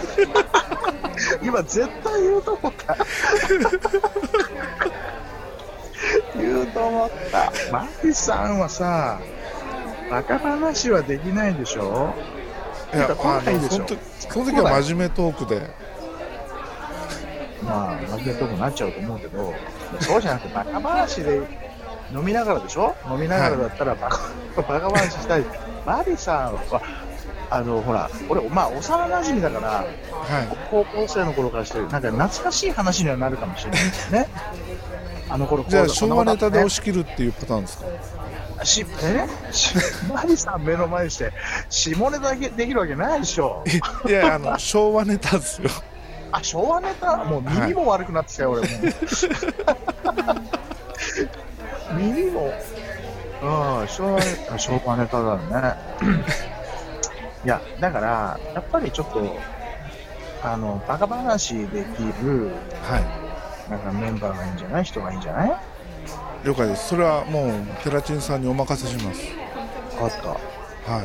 Speaker 2: 今、絶対言うと思った。言うと思った。マキさんはさ、バカ話はできないでしょ
Speaker 1: い
Speaker 2: なんか来ないでしょ
Speaker 1: その時その時は真面目トークで
Speaker 2: まあ、真面目なとこになっちゃうと思うけど、そうじゃなくて、バカ話で飲みながらでしょ飲みながらだったらバカ、バカ話したい。マリさんは、あの、ほら、俺、まあ、幼馴染だから、
Speaker 1: は
Speaker 2: 高校生の頃からして、なんか懐かしい話にはなるかもしれないで すね。あの頃
Speaker 1: いじゃあ昭和ネタで押
Speaker 2: し、
Speaker 1: し切るっていうパターンですか
Speaker 2: しえしマリさん目の前にして、下ネタできるわけないでしょ。
Speaker 1: いやあの昭和ネタですよ
Speaker 2: あ、昭和ネタもう耳も悪くなってきたよ、俺もう。耳も。うん、昭和ネタ、昭和ネタだね。 いや、だから、やっぱりちょっと、あの、バカ話できる、
Speaker 1: は
Speaker 2: なんかメンバーがいいんじゃない人がいいんじゃない
Speaker 1: い了解ですそれはもうテラチンさんにお任せします
Speaker 2: あった。
Speaker 1: は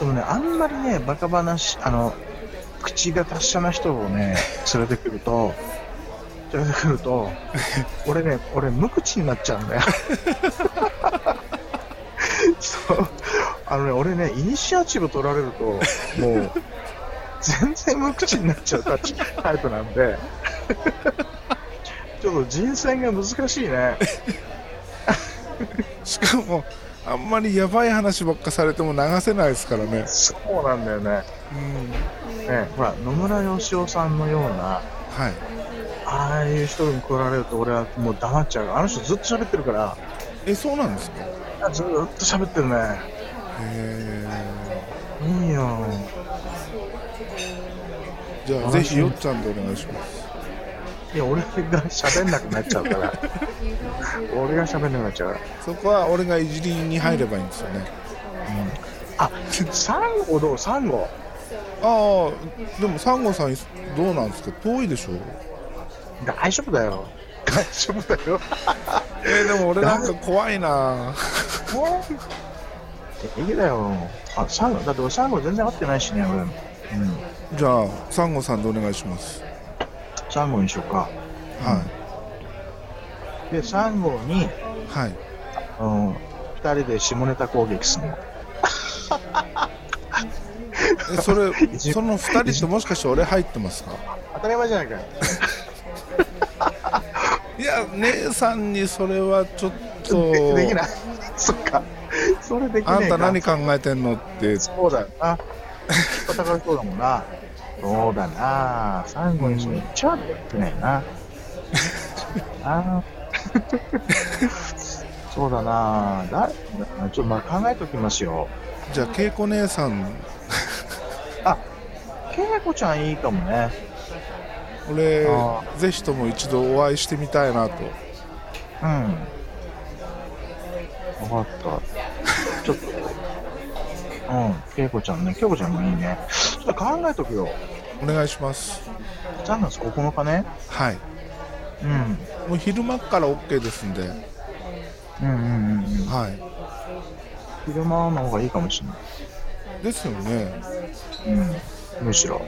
Speaker 2: でもね、あんまりね、バカ話、あの、口が達者な人を ね、連れてくると、連れてくる と、俺ね、俺無口になっちゃ うんだよ。そう。あのね、俺ね、イニシアチブ取られると、もう、全然無口になっちゃうタイプタイプなん で、ちょっと人選が難しい ね。
Speaker 1: いしかもあんまりやばい話ばっかされても流せないですからね
Speaker 2: そうなんだよね。
Speaker 1: うん
Speaker 2: ねほら、野村義雄さんのような、
Speaker 1: はい
Speaker 2: ああいう人に来られると俺はもう黙っちゃうあの人ずっと喋ってるから
Speaker 1: えそうなんですかへ
Speaker 2: あずっと喋ってるね
Speaker 1: え
Speaker 2: いいよ
Speaker 1: じゃあぜひよっちゃんでお願いします
Speaker 2: いや俺が喋んなくなっちゃうから俺が喋んなくなっちゃうから
Speaker 1: そこは俺がいじりに入ればいいんですよね。
Speaker 2: あサンゴどうサンゴ
Speaker 1: ああ、でもサンゴさんいどうなんですか遠いでしょ
Speaker 2: 大丈夫だよ大丈夫だよ
Speaker 1: えーでも俺なんか怖いな。
Speaker 2: 平気だよあサンゴだって俺サンゴ全然合ってないしね俺、うん、
Speaker 1: じゃあサンゴさんでお願いします。
Speaker 2: サンゴにしようか
Speaker 1: は
Speaker 2: でサンゴに、
Speaker 1: い、はい。
Speaker 2: うん、2人で下ネタ攻撃するの
Speaker 1: えそ れその二人ってもしかして俺入ってますか？
Speaker 2: 当たり前じゃないかよ
Speaker 1: いや姉さんにそれはちょっと
Speaker 2: でできない。 そっか。それできない
Speaker 1: あ
Speaker 2: か。
Speaker 1: んた何考えてんのって
Speaker 2: そうだよな。戦いそうだもんな。そうだな。最後にそれ言っちゃうといけない な。あーそうだな。だちょっとまあ考えときますよ。
Speaker 1: じゃあ恵子姉さん
Speaker 2: あ、恵子ちゃんいいかもね。
Speaker 1: 俺
Speaker 2: あ
Speaker 1: ぜひとも一度お会いしてみたいなと
Speaker 2: うん。わかった。ちょっと。うん、恵子ちゃんね、恵子ちゃんもいいね。ちょっと考えとくよ。
Speaker 1: お願いします
Speaker 2: じゃあなんです、9日ね。
Speaker 1: はい
Speaker 2: うん。
Speaker 1: もう昼間から OK ですんで
Speaker 2: うんうんうんうん。
Speaker 1: は
Speaker 2: 昼間の方がいいかもし
Speaker 1: いですよね
Speaker 2: れない。うん。むしろ。
Speaker 1: はい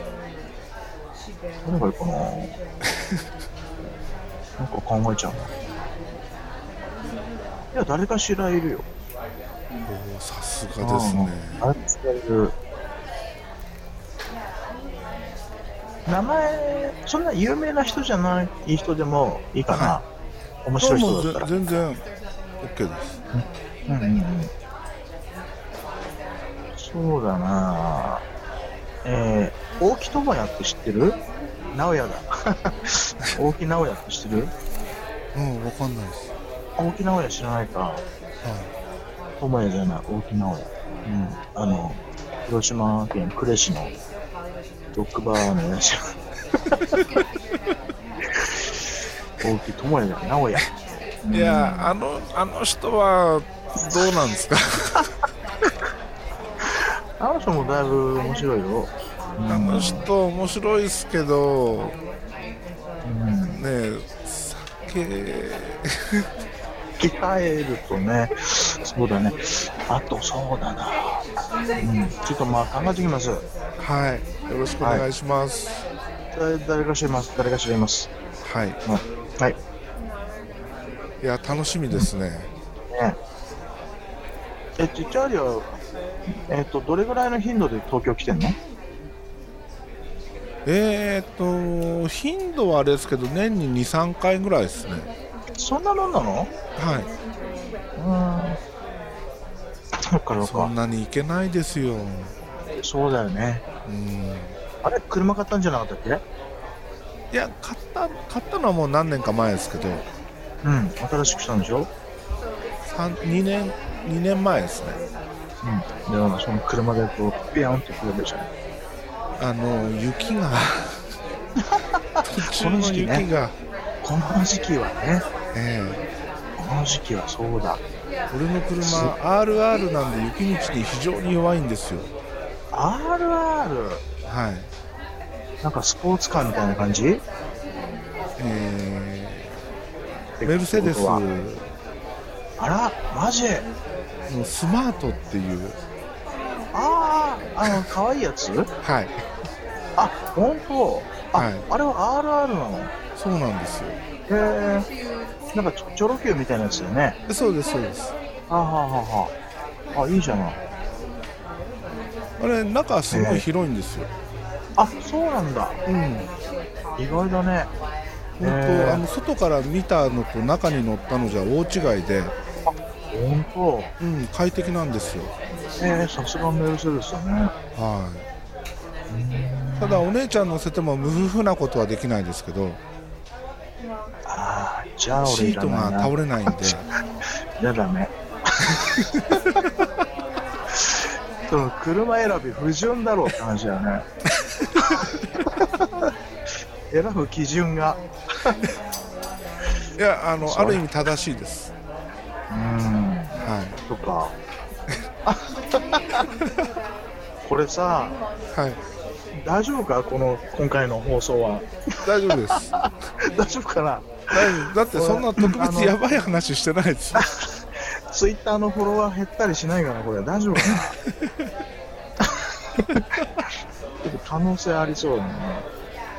Speaker 2: どれがいい かななんか考えちゃうな。いや、誰かしらいるよ。
Speaker 1: おおさすがですね
Speaker 2: うん誰かしらいる。名前、そんな有名な人じゃないいい人でもいいかな。
Speaker 1: は
Speaker 2: 面
Speaker 1: そ
Speaker 2: 白
Speaker 1: れ
Speaker 2: い
Speaker 1: もぜ
Speaker 2: 人だったら。
Speaker 1: 全然 OK です
Speaker 2: うんうんうん。そうだなぁえー、大木智也って知ってる直哉だ。 大木直哉って知ってる
Speaker 1: うんわかんないです
Speaker 2: 大木直哉知らないか。
Speaker 1: は
Speaker 2: 智也じゃない、大木直哉。うん。あの、広島県呉市のロックバーのやつ。 大木智也じゃない、直哉。
Speaker 1: いいやあのあの人はどうなんですか
Speaker 2: あの人もだいぶ面白いよ。
Speaker 1: あの人面白いですけど
Speaker 2: うん
Speaker 1: ねえ酒
Speaker 2: 吹き替えるとね、そうだね、あとそうだな、うん、ちょっとまあ考えてきます。
Speaker 1: はいよろしくお願いします
Speaker 2: 誰誰か知ります、誰か知ります。
Speaker 1: はい、い、
Speaker 2: うんはい、
Speaker 1: や楽しみですね、
Speaker 2: ねえ、ちっちゃいよ、えっと、どれぐらいの頻度で東京来てんの
Speaker 1: えー、っと頻度はあれですけど年に23回ぐらいですね
Speaker 2: そんなもんなの
Speaker 1: はい
Speaker 2: うん。そっかそっ
Speaker 1: そん
Speaker 2: か、
Speaker 1: なに行けないですよ
Speaker 2: そうだよね。
Speaker 1: うん
Speaker 2: あれ、車買ったんじゃなかったっけ
Speaker 1: いや買った買ったのはもう何年か前ですけど
Speaker 2: うん、新しくしたんでしょ
Speaker 1: 2年2年前ですね
Speaker 2: うん。でも、その車でこう、ビヨンって来るわけじゃない。
Speaker 1: あの雪 が途中
Speaker 2: この
Speaker 1: の
Speaker 2: 時期
Speaker 1: 雪
Speaker 2: ね
Speaker 1: が、
Speaker 2: この時期はね、
Speaker 1: え
Speaker 2: この時期はそうだ。
Speaker 1: え俺の車 RR なんで雪道に非常に弱いんですよ
Speaker 2: RR
Speaker 1: はい
Speaker 2: なんかスポーツカーみたいな感じ
Speaker 1: えーメルセデス
Speaker 2: あ
Speaker 1: の
Speaker 2: らマジ
Speaker 1: スマートっていう
Speaker 2: あああの可愛いやつ
Speaker 1: はい
Speaker 2: あ本当あ、
Speaker 1: はい
Speaker 2: あれは RR なの
Speaker 1: そうなんですよ
Speaker 2: へえなんかちょチョロ Q みたいなやつだよね
Speaker 1: えそうですそうです
Speaker 2: はあはあはあはああいいじゃない
Speaker 1: あれ中すごい広いんですよ、
Speaker 2: あそうなんだ
Speaker 1: うん
Speaker 2: 意外だね
Speaker 1: 本当、
Speaker 2: へー
Speaker 1: あの外から見たのと中に乗ったのじゃ大違いで、
Speaker 2: 本当
Speaker 1: うん、快適なんですよ、
Speaker 2: ええさすがメルセデスだね
Speaker 1: はい、ただお姉ちゃん乗せても無夫婦なことはできないですけど
Speaker 2: ああじゃあ
Speaker 1: シ
Speaker 2: 俺い
Speaker 1: ー
Speaker 2: ら
Speaker 1: ト
Speaker 2: な
Speaker 1: が
Speaker 2: いな
Speaker 1: 倒れないんで
Speaker 2: やだね。その車選び不純だろうって話だよね。選ぶ基準が。
Speaker 1: いやあの
Speaker 2: そう
Speaker 1: ある意味正しいです、
Speaker 2: うん。
Speaker 1: は
Speaker 2: とか。 これさ、
Speaker 1: いはい、
Speaker 2: 大丈夫かこの今回の放送は。
Speaker 1: 大丈夫です大
Speaker 2: 大丈夫かな
Speaker 1: 丈夫だってそんな特別やばい話してないですよ
Speaker 2: ツイッターのフォロワー減ったりしないかなこれ大丈夫か なちょっと可能性ありそうだね。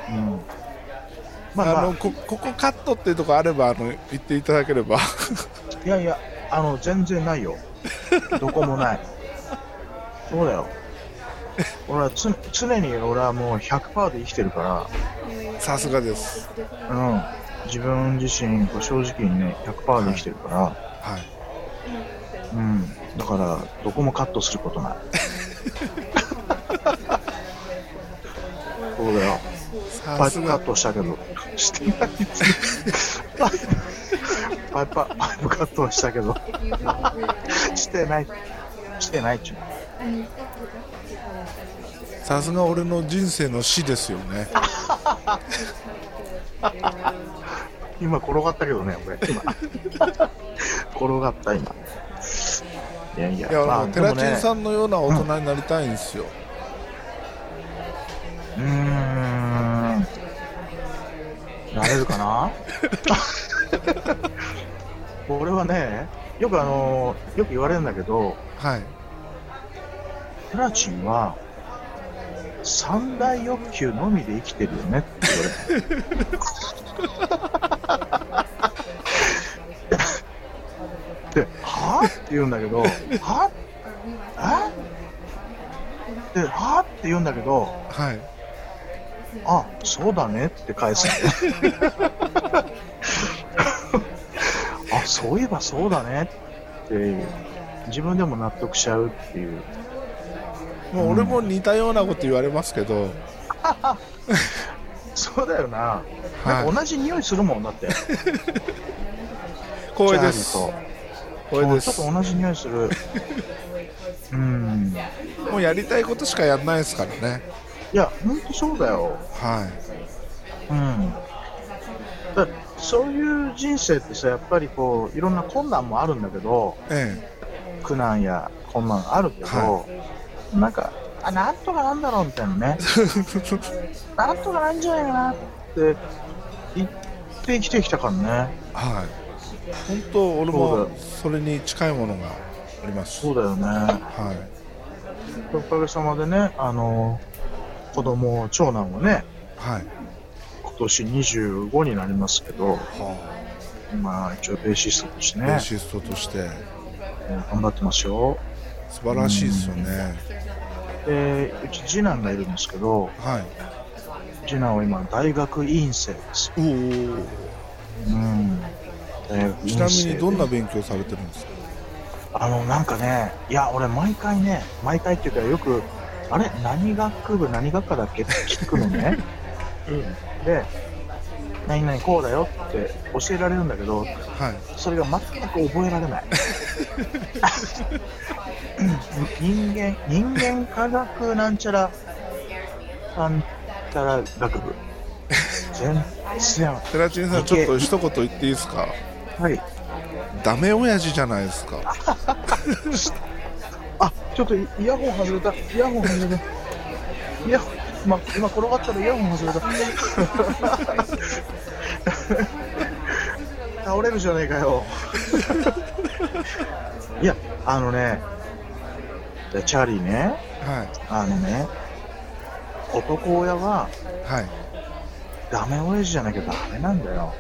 Speaker 2: うん。まあ、
Speaker 1: あ
Speaker 2: ま
Speaker 1: の
Speaker 2: あ、
Speaker 1: こここカットっていうとこあればあの言っていただけ れば
Speaker 2: いやいや、あの、全然ないよ。どこもない。そうだよ。俺はつ常に俺はもう100%で生きてるか
Speaker 1: さすがです
Speaker 2: ら、うん。自分自身、こう正直にね、100%で生きてるから、
Speaker 1: はい
Speaker 2: うん。だから、どこもカットすることない。そうだよ。パ
Speaker 1: さ
Speaker 2: イ
Speaker 1: す
Speaker 2: プカ
Speaker 1: が
Speaker 2: ットしたけど、してないです。パイプ、パイプカットはしたけど、してない、してないっちゅう。
Speaker 1: さすが俺の人生の死ですよね
Speaker 2: 今転がったけどね、俺。今転がった、今。いやいや、
Speaker 1: いや、
Speaker 2: ま
Speaker 1: ま
Speaker 2: あ、
Speaker 1: あ、
Speaker 2: で
Speaker 1: テ
Speaker 2: も
Speaker 1: ラ
Speaker 2: ね
Speaker 1: チンさんのような大人になりたいんですよ、
Speaker 2: うーん。なれるかな 俺はね、よくあのよく言われるんだけど、
Speaker 1: はい
Speaker 2: プラチンは、三大欲求のみで生きてるよねって言われ る。で、はぁって言うんだけど、はぁえで、はぁって言うんだけど、
Speaker 1: はい
Speaker 2: あ、そうだねって返す。 あ、そういえばそうだねって、自分でも納得しちゃうっていう。
Speaker 1: もう俺も似たようなこと言われますけど、
Speaker 2: そうだよな。なん
Speaker 1: は
Speaker 2: か同じ匂いするもんだって。
Speaker 1: い、光栄です
Speaker 2: チャーリー
Speaker 1: 光栄で
Speaker 2: とそうちょっ
Speaker 1: す
Speaker 2: と同じ匂いする。うん。
Speaker 1: もうやりたいことしかやんないですからね
Speaker 2: いや、ほんとそうだよ。
Speaker 1: はい
Speaker 2: うん。だからそういう人生ってさ、やっぱりこう、いろんな困難もあるんだけど、
Speaker 1: え
Speaker 2: 苦難や困難あるけど、
Speaker 1: は
Speaker 2: なんか、あ、なんとかなんだろうみたいなね。
Speaker 1: え
Speaker 2: なんとかなんじゃないかなって言って生きてきたからね。
Speaker 1: はい本当俺
Speaker 2: そう
Speaker 1: も
Speaker 2: だ
Speaker 1: それに近いものがあります
Speaker 2: そうだよね。
Speaker 1: はい
Speaker 2: おかげさまでね、あの、子供、長男はね、
Speaker 1: はい
Speaker 2: 今年25になりますけど、
Speaker 1: は
Speaker 2: まあ一応ベーシストとして
Speaker 1: あ、
Speaker 2: ね
Speaker 1: ベー、シストとして
Speaker 2: 頑張ってますよ。
Speaker 1: 素晴らしいですよね
Speaker 2: で、うち次男がいるんですけど、
Speaker 1: はい
Speaker 2: 次男は今大学院生ですよ。
Speaker 1: おー
Speaker 2: うん。大学
Speaker 1: ち
Speaker 2: 院
Speaker 1: なみ
Speaker 2: 生で
Speaker 1: にどんな勉強されてるんですか
Speaker 2: あの、なんかね、いや、俺、毎回ね、毎回っていうか、よく、あれ、何学部、何学科だっけって聞くのね。で、何々こうだよって教えられるんだけど、
Speaker 1: はい
Speaker 2: それが全く覚えられない。人間、人間科学なんちゃら、なんちゃら学部。全然、
Speaker 1: テラチンさん
Speaker 2: い
Speaker 1: ちょ
Speaker 2: け
Speaker 1: っと一言言っていいですか
Speaker 2: はい。
Speaker 1: ダメ親父じゃないですか
Speaker 2: あ、ちょっとイヤホン外れた。イヤホン外れた。イヤホン、ま、今転がったらイ ヤホン外れた。倒れるじゃねえかよ。 いや、あのね、でチャーリーね、
Speaker 1: はい
Speaker 2: あのね、男親は
Speaker 1: はい
Speaker 2: ダメ親父じゃなきゃダメなんだよ。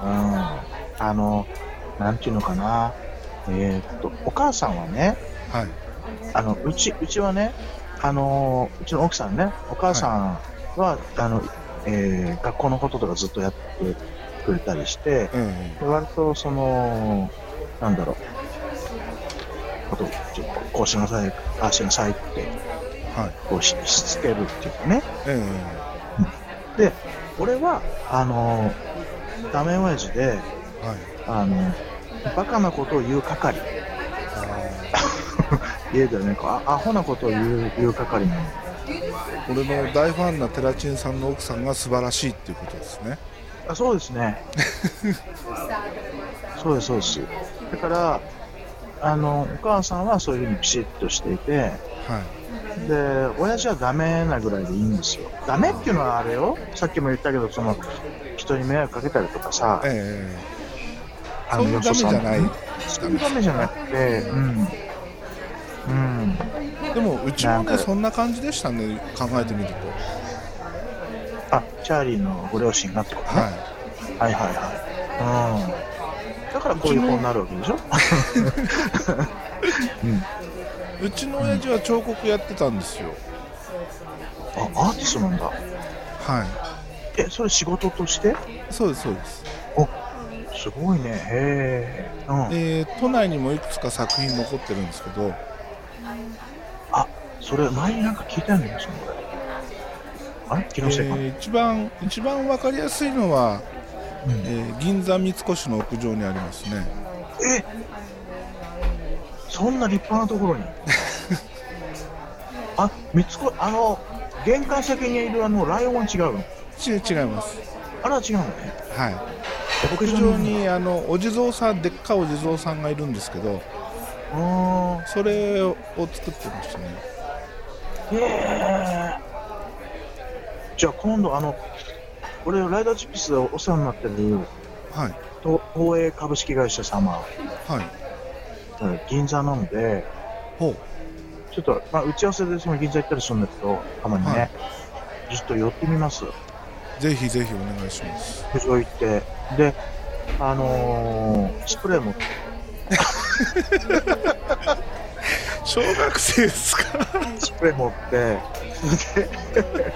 Speaker 1: あ
Speaker 2: うん。あの、なんていうのかな。えーっと、お母さんはね、
Speaker 1: ーはい
Speaker 2: あのうちうちはね、あのーうちの奥さんね、お母さんは、あのえー学校のこととかずっとやってくれたりして、
Speaker 1: うんうん
Speaker 2: 割とその、なんだろう、ことちょっとこうしなさい、ああしなさいって
Speaker 1: はい
Speaker 2: こうししつけるっていうかね、
Speaker 1: うんうん
Speaker 2: で、俺は、あのーダメ親父で、
Speaker 1: はい
Speaker 2: あのバカなことを言う係、
Speaker 1: あ
Speaker 2: 家でね、こうあアホなことを言う言う係なの。
Speaker 1: ー俺の大ファンなテラチンさんの奥さんが素晴らしいっていうことですね
Speaker 2: あそうですねそうですそうですだからあのお母さんはそういうふうにピシッとしていて
Speaker 1: はい
Speaker 2: で親父はダメなぐらいでいいんですよダメっていうのはあれよさっきも言ったけどその人に迷惑かけたりとかさ
Speaker 1: え
Speaker 2: あ
Speaker 1: そういう
Speaker 2: よそさん
Speaker 1: ダメじゃない
Speaker 2: そういうダメじゃなくてうんうん
Speaker 1: えでもうちも
Speaker 2: なん
Speaker 1: ね
Speaker 2: か
Speaker 1: そんな感じでしたね考えてみると
Speaker 2: あチャーリーのご両親がってことね、
Speaker 1: は
Speaker 2: はい、はいはいうんだからこういう子になるわけで しょうん
Speaker 1: いうちの親父は彫刻やってたんですよ
Speaker 2: あ、アーティストなんだ。
Speaker 1: は
Speaker 2: え、それ仕事として
Speaker 1: いそうですそうです
Speaker 2: すごいね。へえ。うん。
Speaker 1: で都内にもいくつか作品残ってるんですけど
Speaker 2: あ、それ前になんか聞いたような気がするんだあれ気のせいかな。
Speaker 1: えー一番一番わかりやすいのは、えー銀座三越の屋上にありますね
Speaker 2: えそんな立派なと ころに。あ、三つ子、あの、玄関先にいるあの、ライオンは違うの
Speaker 1: ち違います
Speaker 2: あれは違うのね。
Speaker 1: はい屋上にあのお地蔵さんでっかいお地蔵さんがいるんですけど
Speaker 2: あ
Speaker 1: それを作ってましたね
Speaker 2: ーへえ。じゃあ今度あの、俺、ライダーチップスでお世話になってる、
Speaker 1: はい
Speaker 2: と東映株式会社様、
Speaker 1: はい
Speaker 2: うん銀座なので、
Speaker 1: ほう
Speaker 2: ちょっと、まあ、打ち合わせでその銀座行ったりするんだけど、たまにね、
Speaker 1: はい
Speaker 2: ちょっと寄ってみます。
Speaker 1: ぜひぜひお願いします
Speaker 2: 屋上行って。で、あのー、スプレーも、
Speaker 1: 小学生ですか
Speaker 2: スプレー持って、それで、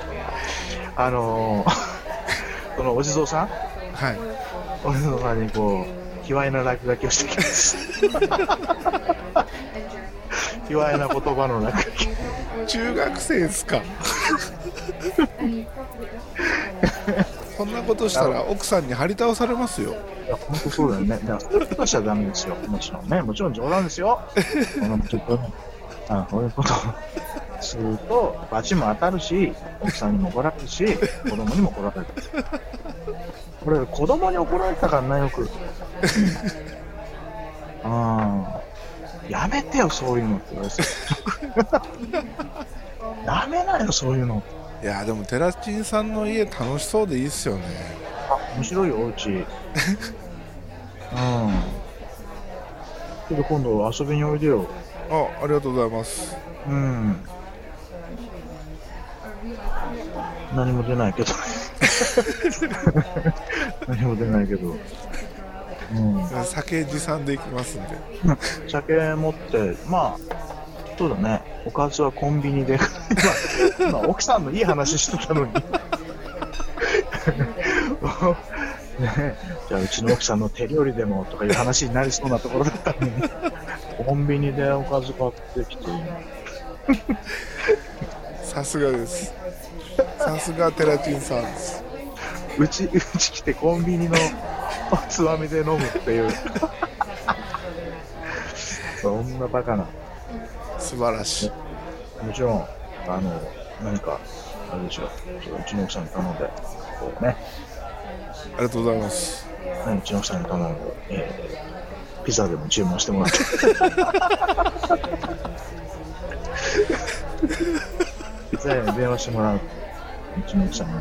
Speaker 2: あのー、 そのお地蔵さん
Speaker 1: はい
Speaker 2: お地蔵さんにこう、卑猥な落書きをしてきます。卑猥な言葉の落書き。
Speaker 1: 中学生ですかこんなことしたら奥さんに張り倒されますよ
Speaker 2: いや、本当そうだよね。だから、そういうことしちゃダメですよ。もちろんね。もちろん冗談ですよ。このちょっと、あこういうことをすると、バチも当たるし、奥さんにも怒られるし、子供にも怒られる。これ、子供に怒られたからな、よく。ああ、やめてよ、そういうのって言われて。やめないよ、そういうの。
Speaker 1: いやでもテラチンさんの家楽しそうでいいっすよね
Speaker 2: あ面白いよおうちうんちょっと今度遊びにおいでよ
Speaker 1: あありがとうございます
Speaker 2: うん何も出ないけど 何も出ないけどうん
Speaker 1: 酒持参で行きますんで
Speaker 2: 酒持ってまあそうだねおかずはコンビニで 今今奥さんのいい話してたのに ねじゃあうちの奥さんの手料理でもとかいう話になりそうなところだったのにコンビニでおかず買ってきて
Speaker 1: さすがですさすがテラチンさんです
Speaker 2: うちうち来てコンビニの つまみで飲むっていうそんなバカな
Speaker 1: 素晴らしい
Speaker 2: もちろん、あの、何か、あれでしょう、ちょうちの奥さんに頼んで、こうね、
Speaker 1: ありがとうございます
Speaker 2: うんうちの奥さんに頼んで、えーピザでも注文してもら って。ピザ屋に電話してもらう。うちの奥さん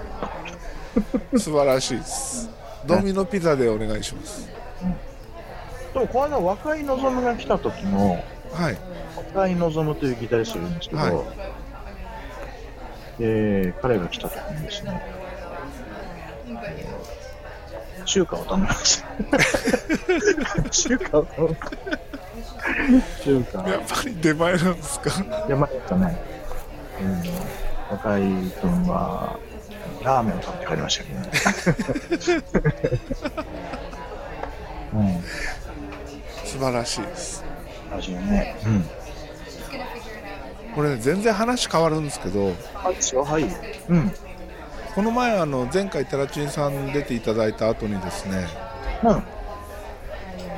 Speaker 2: に。
Speaker 1: 素晴らしいですドミノピザでお願いします
Speaker 2: でも、この間、若いのぞむが来た時の、
Speaker 1: はい
Speaker 2: 若いのぞむというギタリストがいるんですけど、
Speaker 1: はい
Speaker 2: えー彼が来た時にですね、えー中華を頼み ました。中華を頼む。中華。
Speaker 1: やっぱり出前なんですか
Speaker 2: で、またね、うん、若い君は、ラーメンを食べて帰りましたけどね。 うん
Speaker 1: 素晴らしいです
Speaker 2: 味がね。うん。
Speaker 1: これね全然話変わるんですけど
Speaker 2: あ、ですよ、はい。うん。
Speaker 1: この前あの前回テラチンさん出ていただいた後にですね
Speaker 2: うん。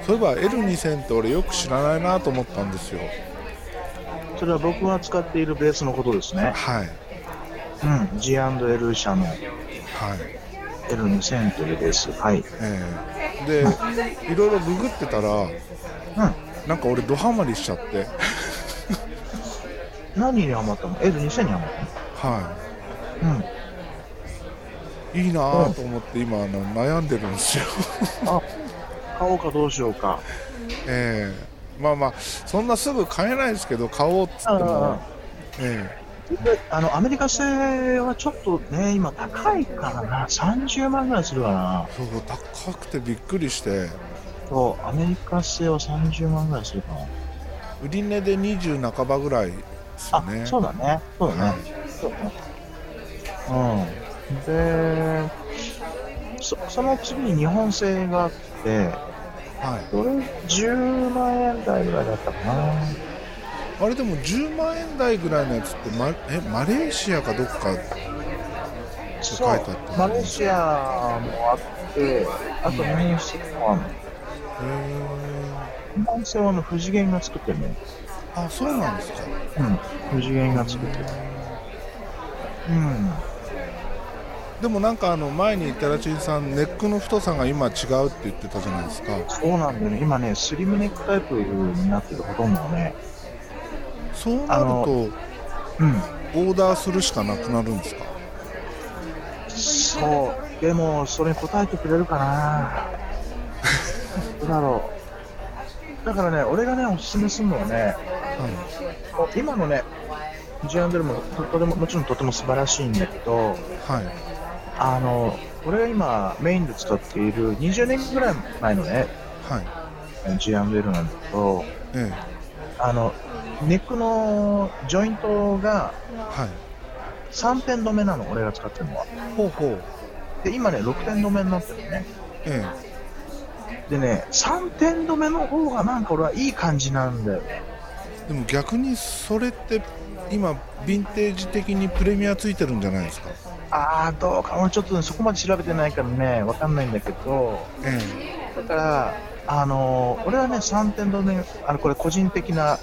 Speaker 1: そういえば L2000 って俺よく知らないなと思ったんですよ
Speaker 2: それは僕が使っているベースのことですね。
Speaker 1: はい
Speaker 2: うん。G&L 社の
Speaker 1: はい
Speaker 2: L2000 というベース。はい。
Speaker 1: えーでいろいろググってたら
Speaker 2: う
Speaker 1: なんか俺ドハマりしちゃって
Speaker 2: ん。何にハマったの ?L2000 にハマっ
Speaker 1: は
Speaker 2: たのうん。
Speaker 1: いいいなぁと思って今あの悩んでるんですよ
Speaker 2: あ、買おうかどうしようか。
Speaker 1: ええまあまあそんなすぐ買えないですけど買おうっつってもえ
Speaker 2: であの、アメリカ製はちょっとね、今高いからな。30万ぐらいするかな
Speaker 1: え。そう高くてびっくりして
Speaker 2: そう、アメリカ製は30万ぐらいするかな。
Speaker 1: 売り値で20半ばぐらいですよ
Speaker 2: あ、
Speaker 1: ね
Speaker 2: そうだね。そうだね。
Speaker 1: はい
Speaker 2: そうね。うん。で、そその次に日本製があって、
Speaker 1: はい
Speaker 2: どれ10万円台ぐらいだったかな。
Speaker 1: あれでも10万円台ぐらいのやつって、ま、えマレーシアかどっか書いてあった
Speaker 2: マレーシアもあって、あと日本製もある
Speaker 1: へ
Speaker 2: 日本製はあの、不次元が作ってるね。
Speaker 1: あそうなんですか
Speaker 2: うん。不次元が作ってる。うん。
Speaker 1: でもなんかあの前にタラチンさんネックの太さが今違うって言ってたじゃないですか
Speaker 2: そうなんだよね。今ね、スリムネックタイプになってるほとんどがね。
Speaker 1: そうなる
Speaker 2: あの
Speaker 1: と
Speaker 2: うん。
Speaker 1: オーダーするしかなくなるんですか
Speaker 2: そう。でも、それに答えてくれるかな どうだろう。だからね、俺がね、おすすめするのはね、
Speaker 1: は
Speaker 2: もう今のね、ジアンドルもととても、もちろんとても素晴らしいんだけど、
Speaker 1: い、はい、
Speaker 2: あの、俺が今メインで使っている20年ぐらい前のね、
Speaker 1: はい、
Speaker 2: ジアンドルなんだけど、
Speaker 1: ええ
Speaker 2: あの、ネックのジョイントが
Speaker 1: はい
Speaker 2: 3点止めなの、俺が使ってるのは。
Speaker 1: ほうほう
Speaker 2: で、今ね、6点止めになってるのね。
Speaker 1: え
Speaker 2: でね、3点止めの方がなんか俺はいい感じなんだよね。
Speaker 1: えでも逆にそれって今ヴィンテージ的にプレミアついてるんじゃないですか
Speaker 2: ああ、どうか、俺ちょっとね、そこまで調べてないからね、わかんないんだけど、
Speaker 1: え
Speaker 2: だから、あのー俺はね、3点止め、あの、これ個人的な、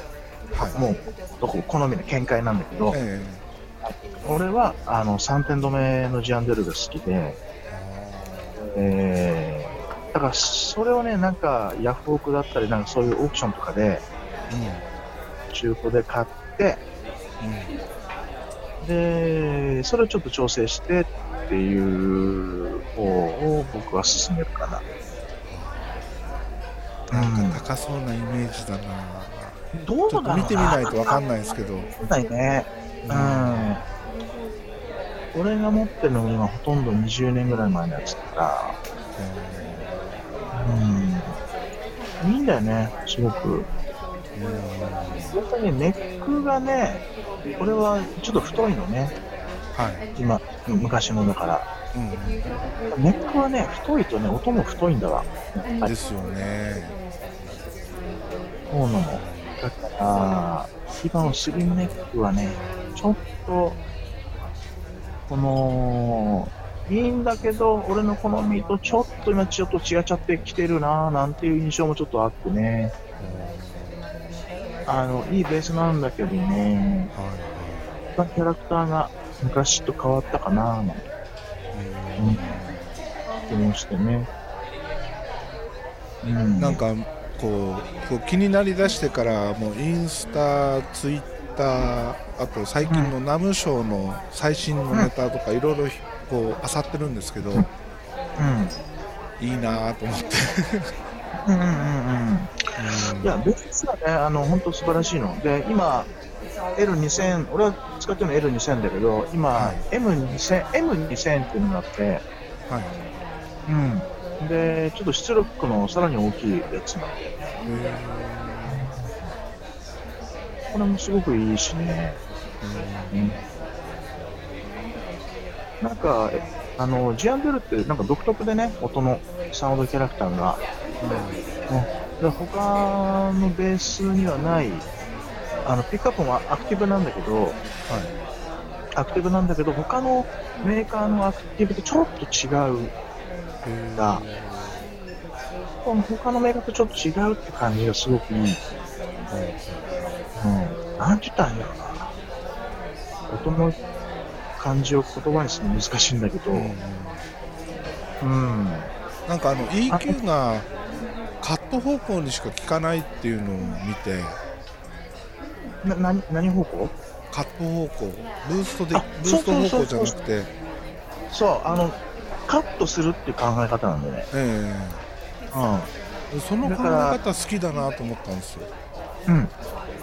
Speaker 1: えはい
Speaker 2: もう、どこ、好みの見解なんだけど、
Speaker 1: え
Speaker 2: 俺は、あの、3点止めのジアンデルが好きで、
Speaker 1: え
Speaker 2: えー、だから、それをね、なんか、ヤフオクだったり、なんかそういうオークションとかで、中古で買って、
Speaker 1: うんうん
Speaker 2: で、それをちょっと調整してっていう方を僕は進めるかな。
Speaker 1: なんか高そうなイメージだな、
Speaker 2: どう
Speaker 1: ちょっと見てみないとわかんないですけど、
Speaker 2: ないね。うん。俺が持ってるのが今ほとんど20年ぐらい前のやつだか
Speaker 1: え
Speaker 2: ら、うん。いいんだよね、すごく。
Speaker 1: ーうん
Speaker 2: 本当にネックがね、これはちょっと太いのね、
Speaker 1: はい、
Speaker 2: 今、昔のだから。
Speaker 1: う
Speaker 2: ネックはね、太いとね、音も太いんだわ。
Speaker 1: ん、ですよね
Speaker 2: そうなの。だから、今のスリムネックはね、ちょっと、この、いいんだけど、俺の好みとちょっと今ちょっと違っちゃってきてるなぁ、なんていう印象もちょっとあってね。あの、いいベースなんだけどね、
Speaker 1: は
Speaker 2: やっぱキャラクターが昔と変わったかなぁ、なんて
Speaker 1: い、
Speaker 2: 気もしてね。う。
Speaker 1: うんん、なんかこうこう気になりだしてからもうインスタツイッターあと最近のナムショーの最新のネタとかいろいろこう漁ってるんですけど、いいなぁと思って、
Speaker 2: うん、うんうんうん。いや、別にさ、ね、あの、本当素晴らしいの。で、今、L2000、俺は使ってるの L2000 だけど、今、
Speaker 1: はい
Speaker 2: M2000、M2000 っていうのがあって、
Speaker 1: はい、
Speaker 2: うん。で、ちょっと出力のさらに大きいやつなの。
Speaker 1: え
Speaker 2: これもすごくいいしね。うん。なんか、えあの、ジアンベルってなんか独特でね、音のサウンドキャラクターが。で他のベースにはない、あの、ピックアップもアクティブなんだけど、
Speaker 1: は
Speaker 2: アクティブなんだけど、他のメーカーのアクティブとちょっと違う。
Speaker 1: い、え
Speaker 2: だこの他のメーカーとちょっと違うって感じがすごくいい。うん。なんて言ったらいいんだろうな。音の感じを言葉にするの難しいんだけど、うん。
Speaker 1: なんかあの EQ がカット方向にしか効かないっていうのを見て
Speaker 2: な、何、何方向
Speaker 1: カット方向ブーストで
Speaker 2: あ
Speaker 1: ブースト
Speaker 2: そ
Speaker 1: 方
Speaker 2: うそう
Speaker 1: 向
Speaker 2: そ
Speaker 1: じ
Speaker 2: う
Speaker 1: ゃな
Speaker 2: そう
Speaker 1: くて
Speaker 2: そう、あの、カットするっていう考え方なんでね。
Speaker 1: え
Speaker 2: う
Speaker 1: えその考
Speaker 2: だ
Speaker 1: え
Speaker 2: から
Speaker 1: 方好きだなと思ったんですよ
Speaker 2: ん。うん。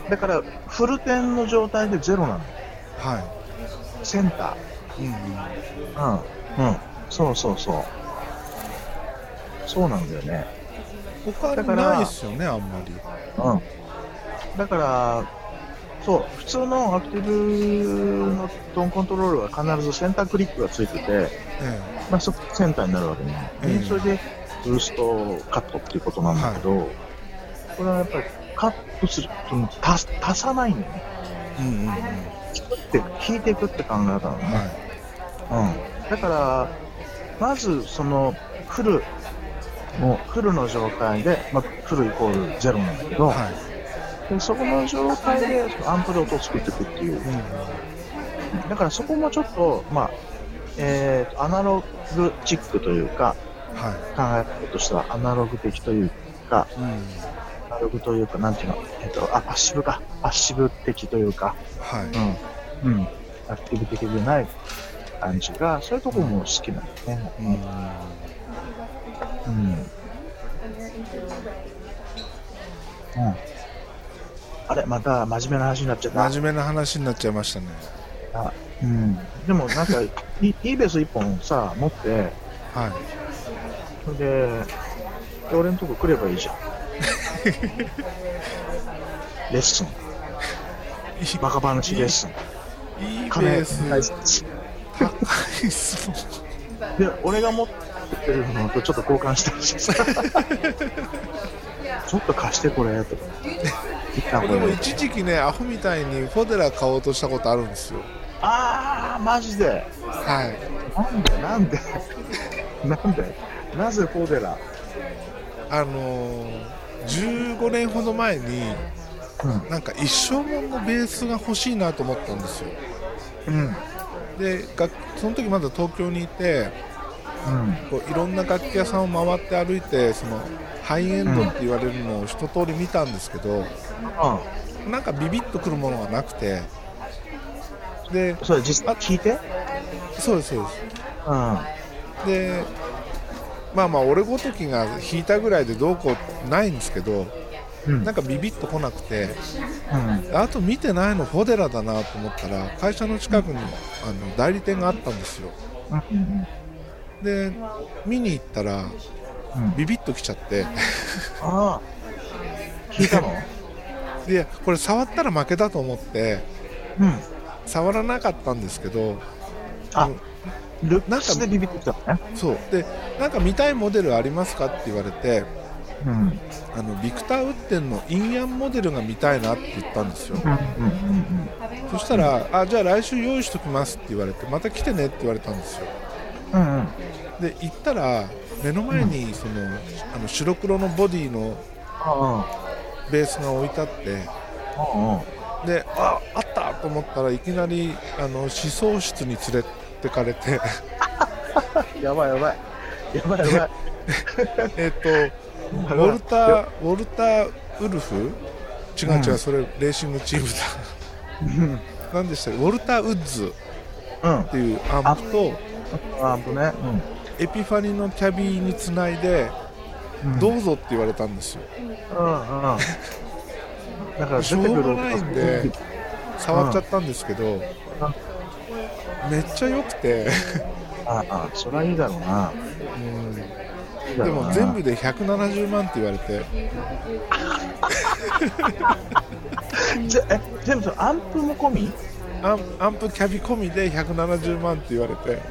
Speaker 2: だから、フル点の状態でゼロなの。
Speaker 1: は
Speaker 2: センター。
Speaker 1: い、うんうん、
Speaker 2: うん、うん、そうそうそう。そうなんだよね。
Speaker 1: 他
Speaker 2: だ
Speaker 1: に
Speaker 2: から
Speaker 1: ないですよねあんまり
Speaker 2: うん。だから、そう、普通のアクティブのトーンコントロールは必ずセンタークリックがついてて、
Speaker 1: え
Speaker 2: まあ、そこセンターになるわけね。
Speaker 1: うん
Speaker 2: それで、ブーストカットっていうことなんだけど、これはやっぱりカットする、その足す足さないんだよね。
Speaker 1: えうんうんうんは
Speaker 2: 作って、引いていくって考え方なのね。
Speaker 1: い
Speaker 2: うん。だから、まず、その、フル、もうフルの状態で、まあ、フルイコールゼロなんだけど、
Speaker 1: はい
Speaker 2: でそこの状態でアンプで音を作っていくっていう。だからそこもちょっと、まあ、えーアナログチックというか、
Speaker 1: は
Speaker 2: 考え方としてはアナログ的というか、
Speaker 1: い、うん、
Speaker 2: アナログというか、なんていうの、えっ、と、あ、パッシブか。パッシブ的というか、
Speaker 1: はい、
Speaker 2: うん。うん。アクティブ的でない感じが、そういうところも好きなんだよね。
Speaker 1: うん、
Speaker 2: うん。うん。あれ、また真面目な話になっちゃった。
Speaker 1: 真面目な話になっちゃいましたね。
Speaker 2: うん。でもなんか、い いいベース一本さ、持って、
Speaker 1: はい、
Speaker 2: それで、で俺のとこ来ればいいじゃん。レッスン。バカ話レッスン。
Speaker 1: いいベ
Speaker 2: 金
Speaker 1: ー
Speaker 2: 返
Speaker 1: ス、
Speaker 2: す
Speaker 1: 高 いっすもん
Speaker 2: で、俺が持ってるのとちょっと交換したりしてさ。ちょっと貸してこれ、とか。一旦こ
Speaker 1: 俺も
Speaker 2: れ。
Speaker 1: 一時期ね、アホみたいにフォデラ買おうとしたことあるんですよ。
Speaker 2: あー、マジで。
Speaker 1: はい、
Speaker 2: なんで、なんで、なんで、なぜフォデラ。
Speaker 1: あのー、15年ほど前に、
Speaker 2: うん
Speaker 1: なんか一生もんのベースが欲しいなと思ったんですよ。
Speaker 2: うん。
Speaker 1: で、楽その時まだ東京にいて、
Speaker 2: うん。
Speaker 1: こういろんな楽器屋さんを回って歩いて、そのハイエンドって言われるのを一通り見たんですけど、
Speaker 2: あ
Speaker 1: なんかビビッとくるものがなくて、で、
Speaker 2: それ実際聞いて。うん。
Speaker 1: そうです、そうです。
Speaker 2: あ
Speaker 1: でまあまあ俺ごときが弾いたぐらいでどうこうないんですけど
Speaker 2: うん
Speaker 1: なんかビビッと来なくてあと見てないのフォデラだなと思ったら会社の近くにあの代理店があったんですよで見に行ったら
Speaker 2: うん
Speaker 1: ビビッと来ちゃって
Speaker 2: あ。聞いたの。
Speaker 1: でこれ触ったら負けだと思って
Speaker 2: うん。
Speaker 1: 触らなかったんですけど
Speaker 2: あ
Speaker 1: あの
Speaker 2: ルックスでビビってきたのね。
Speaker 1: そうでなんか見たいモデルありますかって言われて
Speaker 2: うん。うん。
Speaker 1: あのビクター・ウッテンのインヤンモデルが見たいなって言ったんですよ
Speaker 2: うん。
Speaker 1: そしたら「あじゃあ来週用意しときます」って言われて「また来てね」って言われたんですよ
Speaker 2: うん。うん。
Speaker 1: で行ったら目の前にその、あの白黒のボディの
Speaker 2: あ
Speaker 1: ベースが置いてあって
Speaker 2: あ。
Speaker 1: でああったと思ったらいきなりあの思想室に連れてかれて
Speaker 2: やばいやばい。やばいやばい。
Speaker 1: えっ とウォルターウォルターウルフ違う違う、
Speaker 2: うん
Speaker 1: それレーシングチーム
Speaker 2: うん。
Speaker 1: だ 何でしたっけウォルターウッズ
Speaker 2: うん
Speaker 1: っ。ていうアンプと
Speaker 2: あ、ぶね。
Speaker 1: エピファニのキャビーにつないで
Speaker 2: うん。
Speaker 1: どうぞって言われたんですよ
Speaker 2: うんうん。だから
Speaker 1: しょ
Speaker 2: 出てくる
Speaker 1: うがないんで触っちゃったんですけど、めっちゃ良くて、
Speaker 2: ああ、そりゃいいだろうな。いいだ
Speaker 1: で
Speaker 2: ろうな
Speaker 1: も全部で170万って言われて
Speaker 2: ぜえ全部そのアンプも込み
Speaker 1: アンアンプキャビ込みで170万って言われ て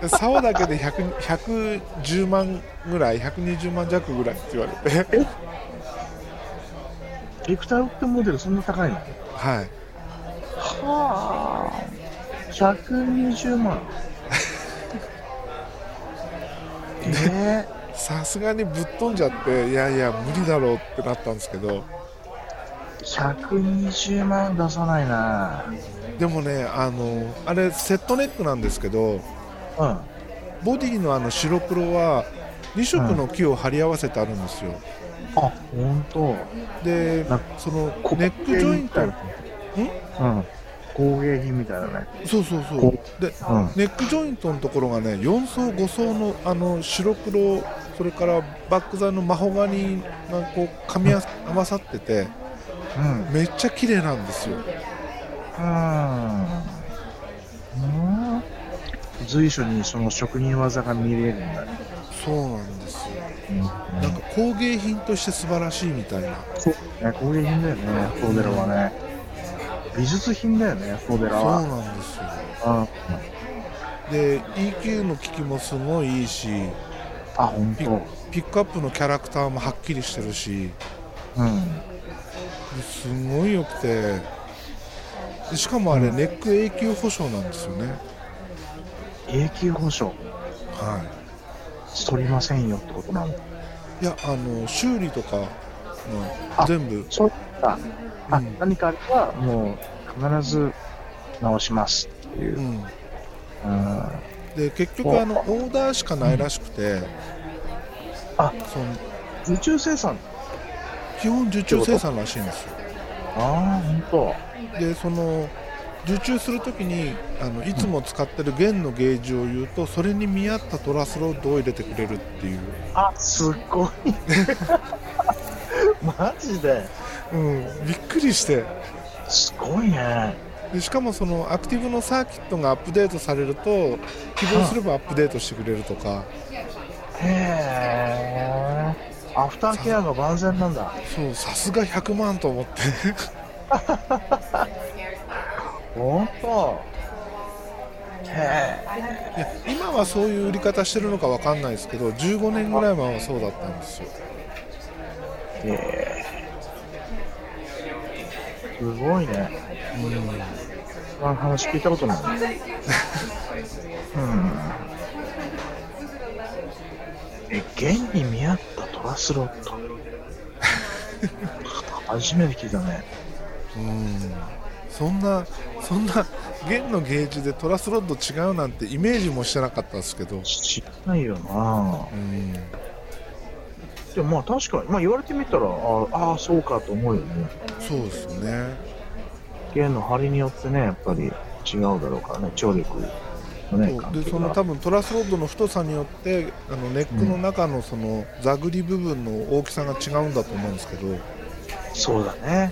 Speaker 1: で竿だけで100 110万ぐらい120万弱ぐらいって言われ て
Speaker 2: ビクターウッドモデルそんな高いの
Speaker 1: はい
Speaker 2: はあ120万 え
Speaker 1: さすがにぶっ飛んじゃっていやいや無理だろうってなったんですけど
Speaker 2: え120万出さないな
Speaker 1: でもねあのあれセットネックなんですけど
Speaker 2: うん
Speaker 1: ボディのあの白黒は2色の木を貼り合わせてあるんですよ、
Speaker 2: あ本当。
Speaker 1: で
Speaker 2: なん
Speaker 1: その
Speaker 2: こ
Speaker 1: ネックジョイント
Speaker 2: んうん工芸品みたいなね
Speaker 1: そうそうそう
Speaker 2: こ
Speaker 1: で
Speaker 2: うん
Speaker 1: ネックジョイントのところがね4層5層のあの白黒それからバック材のマホガニがこう噛み合わ合わさってて
Speaker 2: うん
Speaker 1: めっちゃ綺麗なんですよ
Speaker 2: うんうん随所にその職人技が見れるんだね、
Speaker 1: そうなんですよ
Speaker 2: な
Speaker 1: なんん
Speaker 2: か
Speaker 1: か工芸品として素晴らしいみたいな
Speaker 2: そうね工芸品だよねフォーデラはね美術品だよねフォーデラ
Speaker 1: そう
Speaker 2: は
Speaker 1: なんですよ
Speaker 2: あ
Speaker 1: で EQ の機器もすごいいいし
Speaker 2: あ本
Speaker 1: ピ
Speaker 2: 当
Speaker 1: ピックアップのキャラクターもはっきりしてるし
Speaker 2: うん
Speaker 1: すごい良くてでしかもあれネック永久保証なんですよね
Speaker 2: 永久保証
Speaker 1: はい
Speaker 2: 取りませんよってことなの
Speaker 1: いやあの修理とかも
Speaker 2: あ
Speaker 1: 全部
Speaker 2: そういった、あ
Speaker 1: うん
Speaker 2: 何かあればもう必ず直しますっていうう、
Speaker 1: ん、
Speaker 2: うん、
Speaker 1: で結局あのオーダーしかないらしくて、
Speaker 2: あ
Speaker 1: その
Speaker 2: 受注生産
Speaker 1: 基本受注生産らしいんですよ
Speaker 2: ああ本当
Speaker 1: でその受注するときにあのいつも使ってる弦のゲージを言うとそれに見合ったトラスロッドを入れてくれるっていう、
Speaker 2: あすっごいマジで
Speaker 1: うん、びっくりして
Speaker 2: すごいね
Speaker 1: でしかもそのアクティブのサーキットがアップデートされると希望すればアップデートしてくれるとか
Speaker 2: へえアフターケアが万全なんだ
Speaker 1: そうさすが100万と思って
Speaker 2: 本当へえ
Speaker 1: いや今はそういう売り方してるのかわかんないですけど15年ぐらい前はそうだったんですよ
Speaker 2: へえすごいね。うん。あ話聞いたことない。うん。え、現に見合ったトラスロット。初めて聞いたね。
Speaker 1: うんそんなそんな弦のゲージでトラスロッド違うなんてイメージもしてなかったですけど
Speaker 2: 知らないよな。
Speaker 1: うん
Speaker 2: でもまあ確かに、まあ言われてみたら、ああ、そうかと思うよね。
Speaker 1: そうですね
Speaker 2: 弦の張りによってね、やっぱり違うだろうからね、張力のね、
Speaker 1: そう
Speaker 2: 関係
Speaker 1: で
Speaker 2: が
Speaker 1: その多分トラスロッドの太さによってあのネックの中のその座繰り部分の大きさが違うんだと思うんですけど、うん、
Speaker 2: そうだね。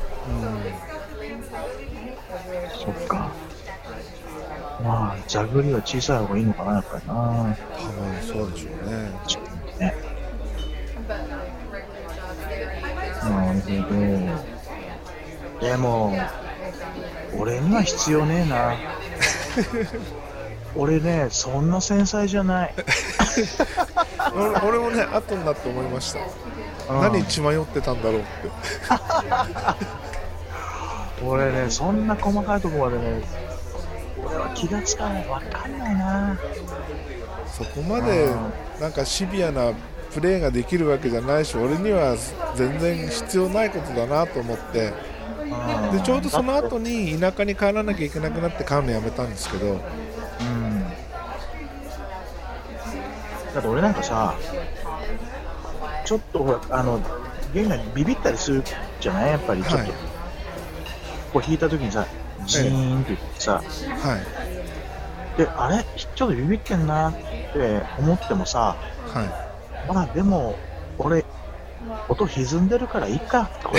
Speaker 2: そっか。まあ、座繰りは小さい方がいいのかな、やっぱりな。
Speaker 1: 多分そうでしょうね
Speaker 2: ね。なるほど。でも、俺には必要ねえ な。俺ね、そんな繊細じゃない。
Speaker 1: 俺俺もね後になって思いました
Speaker 2: うん
Speaker 1: 何血迷ってたんだろうって
Speaker 2: 俺ね、そんな細かいところまでね、俺は気がつかない。わかんないな。
Speaker 1: そこまでなんかシビアなプレーができるわけじゃないし俺には全然必要ないことだなと思って
Speaker 2: うん
Speaker 1: でちょうどその後に田舎に帰らなきゃいけなくなって買うのやめたんですけど
Speaker 2: うんだって俺なんかさちょっとほらあの現代にビビったりするじゃないやっぱりちょっと、
Speaker 1: はい
Speaker 2: こう引いた時にさジーンって言ってさ、
Speaker 1: はい
Speaker 2: であれちょっとビビってんなって思ってもさ
Speaker 1: は
Speaker 2: まあでも俺音歪んでるからいいかとか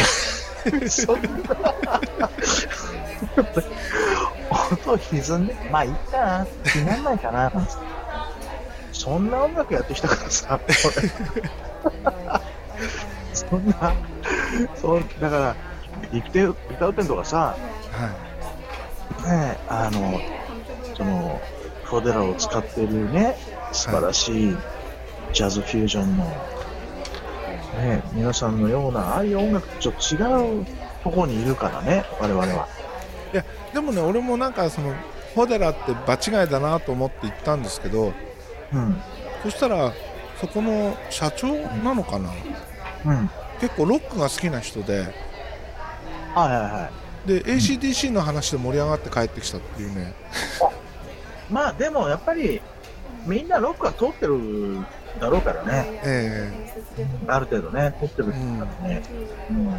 Speaker 2: そんな音歪んでまあいいかな気にならないかなそんな音楽やってきたからさ俺そんなそうだからビクテルビタウテンとかさ
Speaker 1: いは
Speaker 2: ねえ、あの、その、フォデラを使ってるね、素晴らしいジャズフュージョンの、ねえ、皆さんのような、ああいう音楽とちょっと違うところにいるからね、我々は。
Speaker 1: いいやでもね俺もなんかそのホデラって場違いだなと思って行ったんですけど
Speaker 2: うん、
Speaker 1: そしたらそこの社長なのかな
Speaker 2: うん。
Speaker 1: 結構ロックが好きな人で
Speaker 2: はいはいは
Speaker 1: で ACDC の話で盛り上がって帰ってきたっていうね
Speaker 2: い。まあでもやっぱり、みんなロックは通ってるだろうからね、
Speaker 1: ええ
Speaker 2: ある程度ね、通ってるからね。うん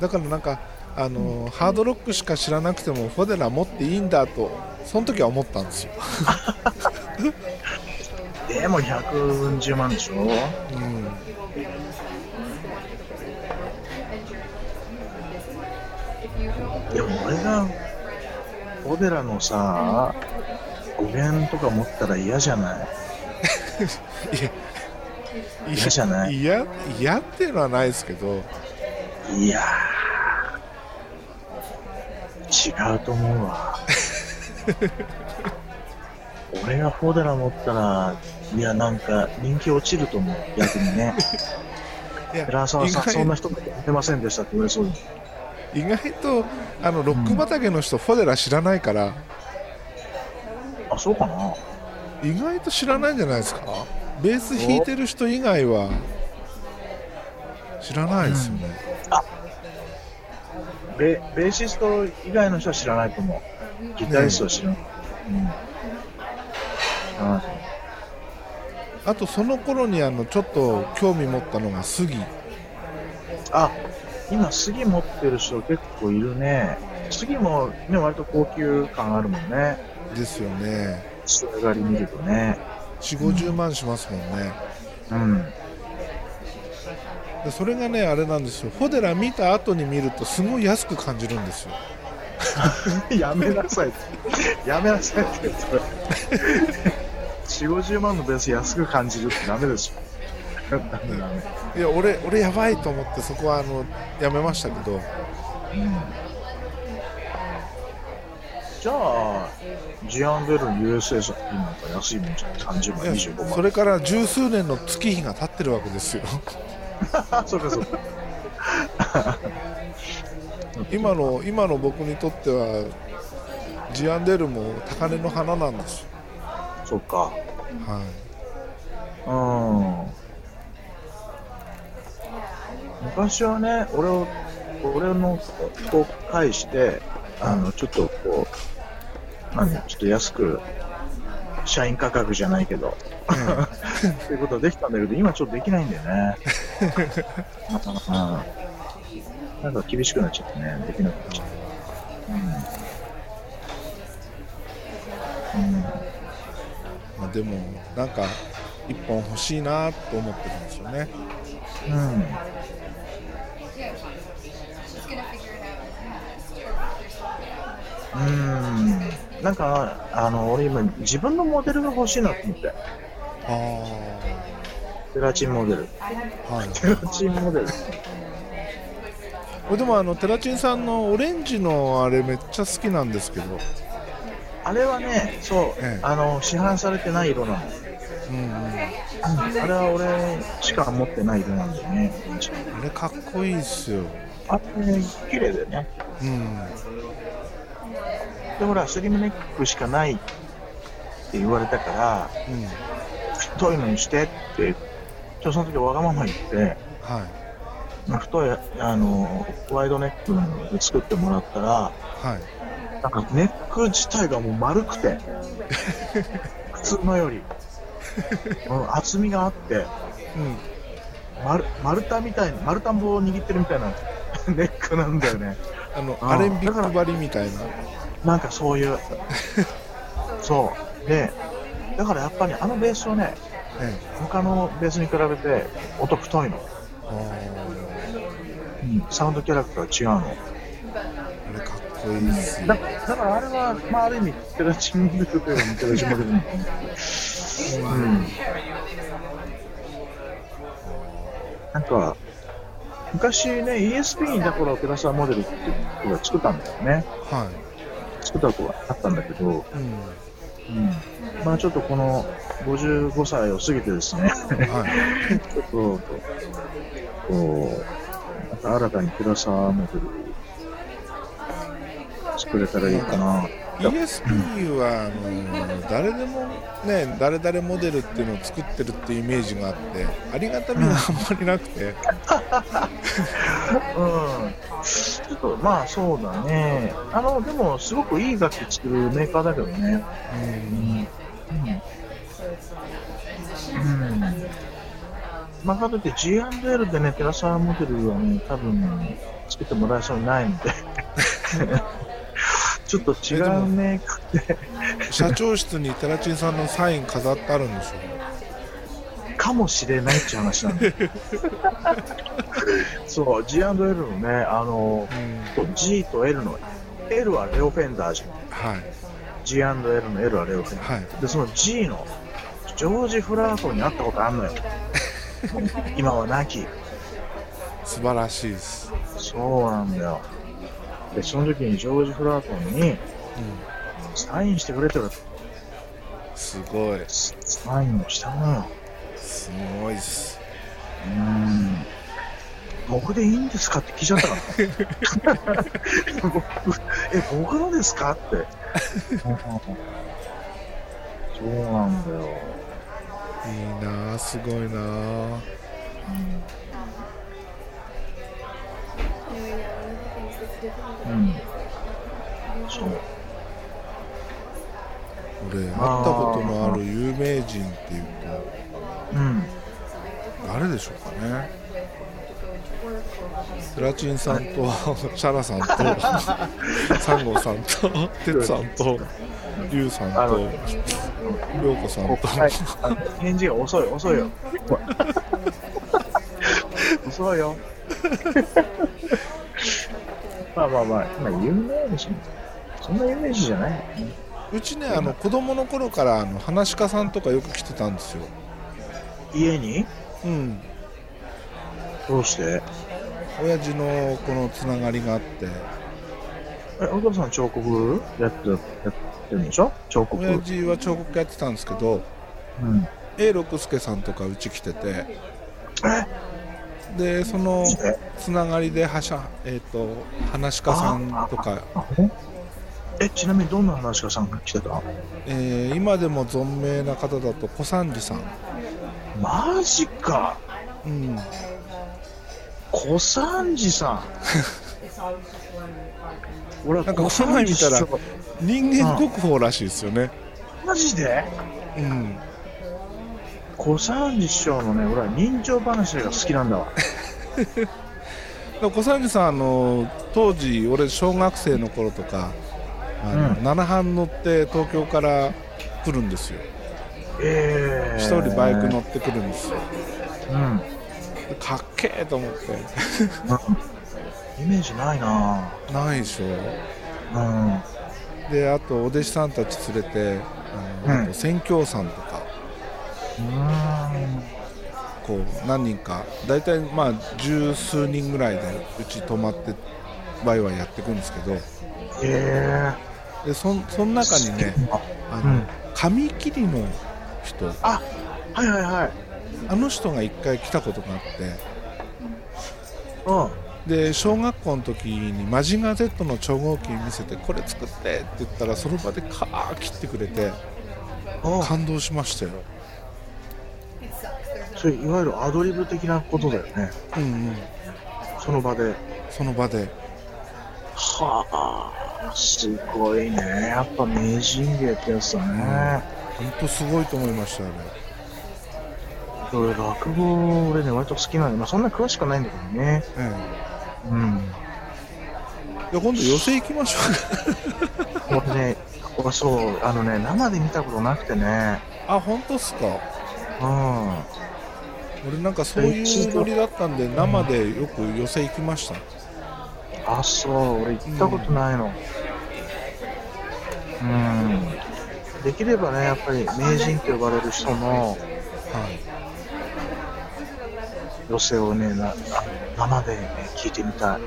Speaker 1: だからなんかあのーハードロックしか知らなくてもフォデラ持っていいんだとその時は思ったんですよ、
Speaker 2: でも110万でしょ
Speaker 1: うん、
Speaker 2: でも俺がオデラのさ5弦とか持ったら嫌じゃない嫌じゃない
Speaker 1: いや嫌っていうのはないですけど
Speaker 2: いやー違うと思うわ俺がフォデラ持ったらいやなんか人気落ちると思う逆にね
Speaker 1: いや
Speaker 2: 寺澤さん
Speaker 1: 意
Speaker 2: そんな
Speaker 1: 外
Speaker 2: 人もやってませんでしたって言われそうに
Speaker 1: 意外とあのロック畑の人、フォデラ知らないから
Speaker 2: あそうかな
Speaker 1: 意外と知らないんじゃないですかベース弾いてる人以外は知らないですよね、
Speaker 2: ベベーシスト以外の人は知らないと思う。ギタリストは知らない。うん知らない
Speaker 1: あとその頃にあのちょっと興味持ったのが杉
Speaker 2: あ、今、杉持ってる人結構いるね。杉もね、割と高級感あるもんね。
Speaker 1: ですよね
Speaker 2: 仕上がり見るとね。
Speaker 1: 4 5 0万しますもんね
Speaker 2: うん。
Speaker 1: でそれがねあれなんですよフォデラ見た後に見るとすごい安く感じるんですよ
Speaker 2: やめなさい って。やめなさいって、それ。4、50万のベース安く感じるってダメでしょ。ダメダメ。
Speaker 1: いや俺俺やばいと思ってそこはあのやめましたけど
Speaker 2: じゃあ、ジアンベルの USA 作品なんか安いもんじゃん。30万、
Speaker 1: いや
Speaker 2: 25万。
Speaker 1: それから十数年の月日が経ってるわけですよ
Speaker 2: そうかそうか。
Speaker 1: 今の今の僕にとってはジアンデルも高嶺の花なんですよ
Speaker 2: そうか。
Speaker 1: はい
Speaker 2: うん。昔はね、俺を、俺の子を介して、あの、ちょっとこう、何、ちょっと安く、社員価格じゃないけど、 っていうことはできたんだけど、今ちょっとできないんだよね。うんなんか厳しくなっちゃってね、できなくなっちゃった。うん。うん
Speaker 1: まあ、でもなんか一本欲しいなと思ってるんですよね
Speaker 2: うんうんなんかあの俺今自分のモデルが欲しいなと思って
Speaker 1: ああ
Speaker 2: ゼラチンモデル
Speaker 1: はい
Speaker 2: ゼラチンモデル
Speaker 1: これでもあのテラチンさんのオレンジのあれめっちゃ好きなんですけど
Speaker 2: あれはねそう、
Speaker 1: ええ
Speaker 2: あの市販されてない色なの、
Speaker 1: うんうんあ
Speaker 2: あれは俺しか持ってない色なんだよね
Speaker 1: れかっこいいっすよ
Speaker 2: あれね綺麗だよね
Speaker 1: うん
Speaker 2: でほらスリムネックしかないって言われたから
Speaker 1: うん
Speaker 2: 太いのにしてってちょその時わがまま言って
Speaker 1: はい
Speaker 2: 太いあのワイドネックので作ってもらったら
Speaker 1: はい
Speaker 2: なんかネック自体がもう丸くて普通のより、うん厚みがあって
Speaker 1: うん
Speaker 2: 丸丸太みたいな丸太ん棒を握ってるみたいな ネックなんだよね
Speaker 1: あの
Speaker 2: あー
Speaker 1: アレンビック張りみたいな
Speaker 2: なんかそういうそうでだからやっぱりあのベースをね
Speaker 1: え
Speaker 2: 他のベースに比べて音太いの、
Speaker 1: えあ
Speaker 2: うんサウンドキャラクターが違うの
Speaker 1: ーあれかっこいいっすよ
Speaker 2: だだからあれは、まあ、ある意味テラチングというかテラチングだけどうんなんか昔ね ESP にいた頃は寺沢モデルっていう子が作ったんだよね
Speaker 1: は
Speaker 2: 作った子があったんだけど、
Speaker 1: い、うん
Speaker 2: うん、まあちょっとこの55歳を過ぎてですね
Speaker 1: はい、
Speaker 2: ちょっとこうこうまた新たに寺沢モデル作れたらいいかな
Speaker 1: ESP はあのー誰でもね誰々モデルっていうのを作ってるっていうイメージがあってありがたみがあんまりなくて
Speaker 2: うんちょっとまあそうだねあのでもすごくいい楽器作るメーカーだけどね
Speaker 1: うん
Speaker 2: うん、うん、まあかといって G&L でね寺沢モデルはね多分作ってもらえそうにないのでちょっと違うメーカーで
Speaker 1: 社長室にテラチンさんのサイン飾ってあるんでしょ
Speaker 2: かもしれないっていう話 なんだよそう G&L のねあの
Speaker 1: う、ん
Speaker 2: G と L の L はレオフェンダーじゃん
Speaker 1: はい
Speaker 2: G&L の L はレオフェンダー
Speaker 1: はい
Speaker 2: でその G のジョージ・フラートに会ったことあんの よ今は亡き
Speaker 1: 素晴らしいです、
Speaker 2: そうなんだよでその時にジョージ・フラートに
Speaker 1: うん、
Speaker 2: サインしてくれてる
Speaker 1: すごい
Speaker 2: サインをしたのよ
Speaker 1: すごいっす
Speaker 2: うーん僕でいいんですかって聞いちゃったから ね僕え僕のですかって そうなんだよ
Speaker 1: いいなあすごいなあ
Speaker 2: うん。そう。
Speaker 1: 俺会ったことのある有名人っていう
Speaker 2: うん。
Speaker 1: と誰でしょうかねスラチンさんと シャラさんとサンゴさんとテツさんとリュウさん
Speaker 2: あ
Speaker 1: と
Speaker 2: の
Speaker 1: リョウコさん
Speaker 2: こ
Speaker 1: と
Speaker 2: こはい、あの返事が遅い、遅い よ。遅いよ。まあまあまあ、今有名人。そんな有名人じゃない。
Speaker 1: うちねあの子供の頃からあの話し家さんとかよく来てたんですよ
Speaker 2: 家に
Speaker 1: うん
Speaker 2: どうして
Speaker 1: 親父のこのつながりがあって
Speaker 2: え、お父さん彫刻やってやってるんでしょ彫刻。
Speaker 1: 親父は彫刻やってたんですけど
Speaker 2: うん。
Speaker 1: A 六輔さんとかうち来てて
Speaker 2: え
Speaker 1: でその
Speaker 2: え
Speaker 1: つながりではしゃ、えー、と話し家さんとか、
Speaker 2: あほんえ、ちなみにどんな話がさんが来てた
Speaker 1: えー今でも存命な方だと小三治さん、
Speaker 2: マジか
Speaker 1: うん、
Speaker 2: 小三治さん。 俺は
Speaker 1: なんか
Speaker 2: 小三治
Speaker 1: この前見た人
Speaker 2: ら。
Speaker 1: 間国宝らしいですよね、
Speaker 2: マジで
Speaker 1: うん、
Speaker 2: 小三治師匠のね、俺は人情話が好きなんだわ。
Speaker 1: だから小三治さんあの当時俺小学生の頃とかあの、
Speaker 2: う
Speaker 1: 七班乗って東京から来るんですよ
Speaker 2: ええ
Speaker 1: 一人バイク。乗ってくるんですよ
Speaker 2: うん。
Speaker 1: でかっけえと思って
Speaker 2: イメージないな
Speaker 1: ないでしょ
Speaker 2: うん。
Speaker 1: であとお弟子さんたち連れてあの、
Speaker 2: うん
Speaker 1: 宣教さんとかこう何人か大体まあ十数人ぐらいでうち泊まってワイワイやっていくんですけど
Speaker 2: ええ
Speaker 1: でそんその中
Speaker 2: ー。
Speaker 1: にね
Speaker 2: あ、
Speaker 1: あ
Speaker 2: う
Speaker 1: の、
Speaker 2: ん
Speaker 1: 紙切りの人
Speaker 2: あ、はいはいはい。
Speaker 1: あの人が一回来たことがあっ
Speaker 2: うん。
Speaker 1: てで小学校の時にマジンガー Z の超合金見せてこれ作ってって言ったらその場でカー切ってくれて
Speaker 2: うん
Speaker 1: 感動しましたよ、
Speaker 2: それいわゆるアドリブ的なことだよね。
Speaker 1: うんうん、
Speaker 2: その場で。
Speaker 1: その場で
Speaker 2: はあ、すごいね。やっぱ名人芸ってやつだね。
Speaker 1: 本当すごいと思いましたあれ
Speaker 2: 俺、落語、俺ね、割と好きなんで、まあそんな詳しくないんだけどね。
Speaker 1: え
Speaker 2: うん。
Speaker 1: えで今度寄席行きましょうか
Speaker 2: 俺ね、俺そう、あのね、生で見たことなくてね、
Speaker 1: あ本当っすか
Speaker 2: うん、
Speaker 1: 俺なんかそういうノリだったんで生でよく寄席行きました
Speaker 2: あ、そう、俺行ったことないの。うん、できればね、やっぱり名人と呼ばれる人の
Speaker 1: はい
Speaker 2: 寄せをね、な生で、ね、聞いてみたい。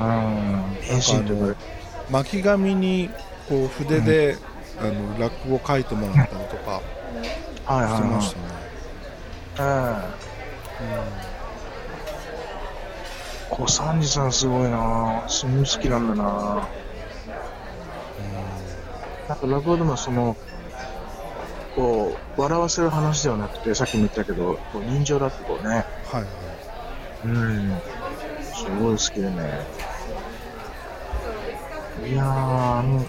Speaker 2: うん、名人と呼ばれる。
Speaker 1: 巻き紙にこう筆で、あの落語書いてもらったりとか
Speaker 2: はいはい
Speaker 1: してまし
Speaker 2: は
Speaker 1: たね、
Speaker 2: い。うん。小三治さんすごいなぁ。すごい好きなんだなぁ。なんか落語でもその、こう、笑わせる話ではなくて、さっきも言ったけど、こう人情落語ね。
Speaker 1: はいはい
Speaker 2: うん。すごい好きでね。いやー、あの、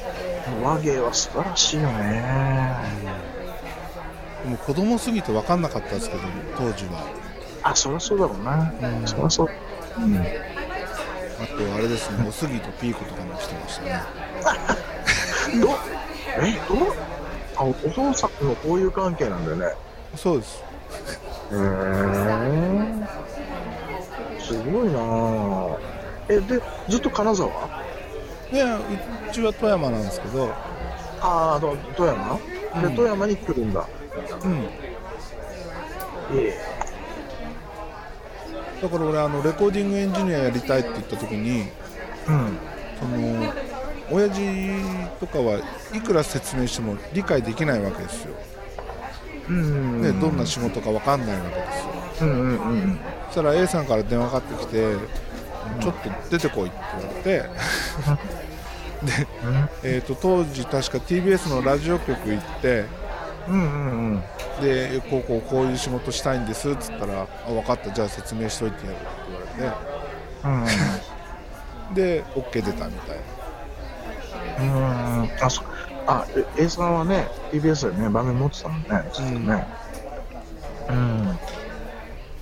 Speaker 2: 和芸は素晴らしいよね。
Speaker 1: でも子供すぎて分かんなかったですけど当時は
Speaker 2: あ、そりゃそうだろうな。
Speaker 1: うん
Speaker 2: そりゃそう。うん。
Speaker 1: あとあれですねおすぎとピーコとかも来てましたね
Speaker 2: どえどうあお父さんの交友関係なんだよね
Speaker 1: そうです
Speaker 2: へえすごいなあえでずっと金沢
Speaker 1: でうちは富山なんですけど
Speaker 2: ああ富山、
Speaker 1: う
Speaker 2: で
Speaker 1: ん
Speaker 2: 富山に来るんだ
Speaker 1: うん
Speaker 2: いい
Speaker 1: だから俺あのレコーディングエンジニアやりたいって言った時に
Speaker 2: うん
Speaker 1: その親父とかはいくら説明しても理解できないわけですよ、
Speaker 2: うん
Speaker 1: ね、どんな仕事か分かんないわけですよ
Speaker 2: うんうんうん
Speaker 1: そしたら A さんから電話かかってきて、ちょっと出てこいって言われて、えー、と当時確か TBS のラジオ局行って
Speaker 2: うんうんうん。
Speaker 1: でこうこうこういう仕事したいんですっつったら「あ分かったじゃあ説明しといてやる」って言わ
Speaker 2: うんうん
Speaker 1: れてで OK 出たみたいな
Speaker 2: うん。うん。あ、そう。あ、え A さんはね、TBS でね、番組持ってたもんね、ずっとね。うん。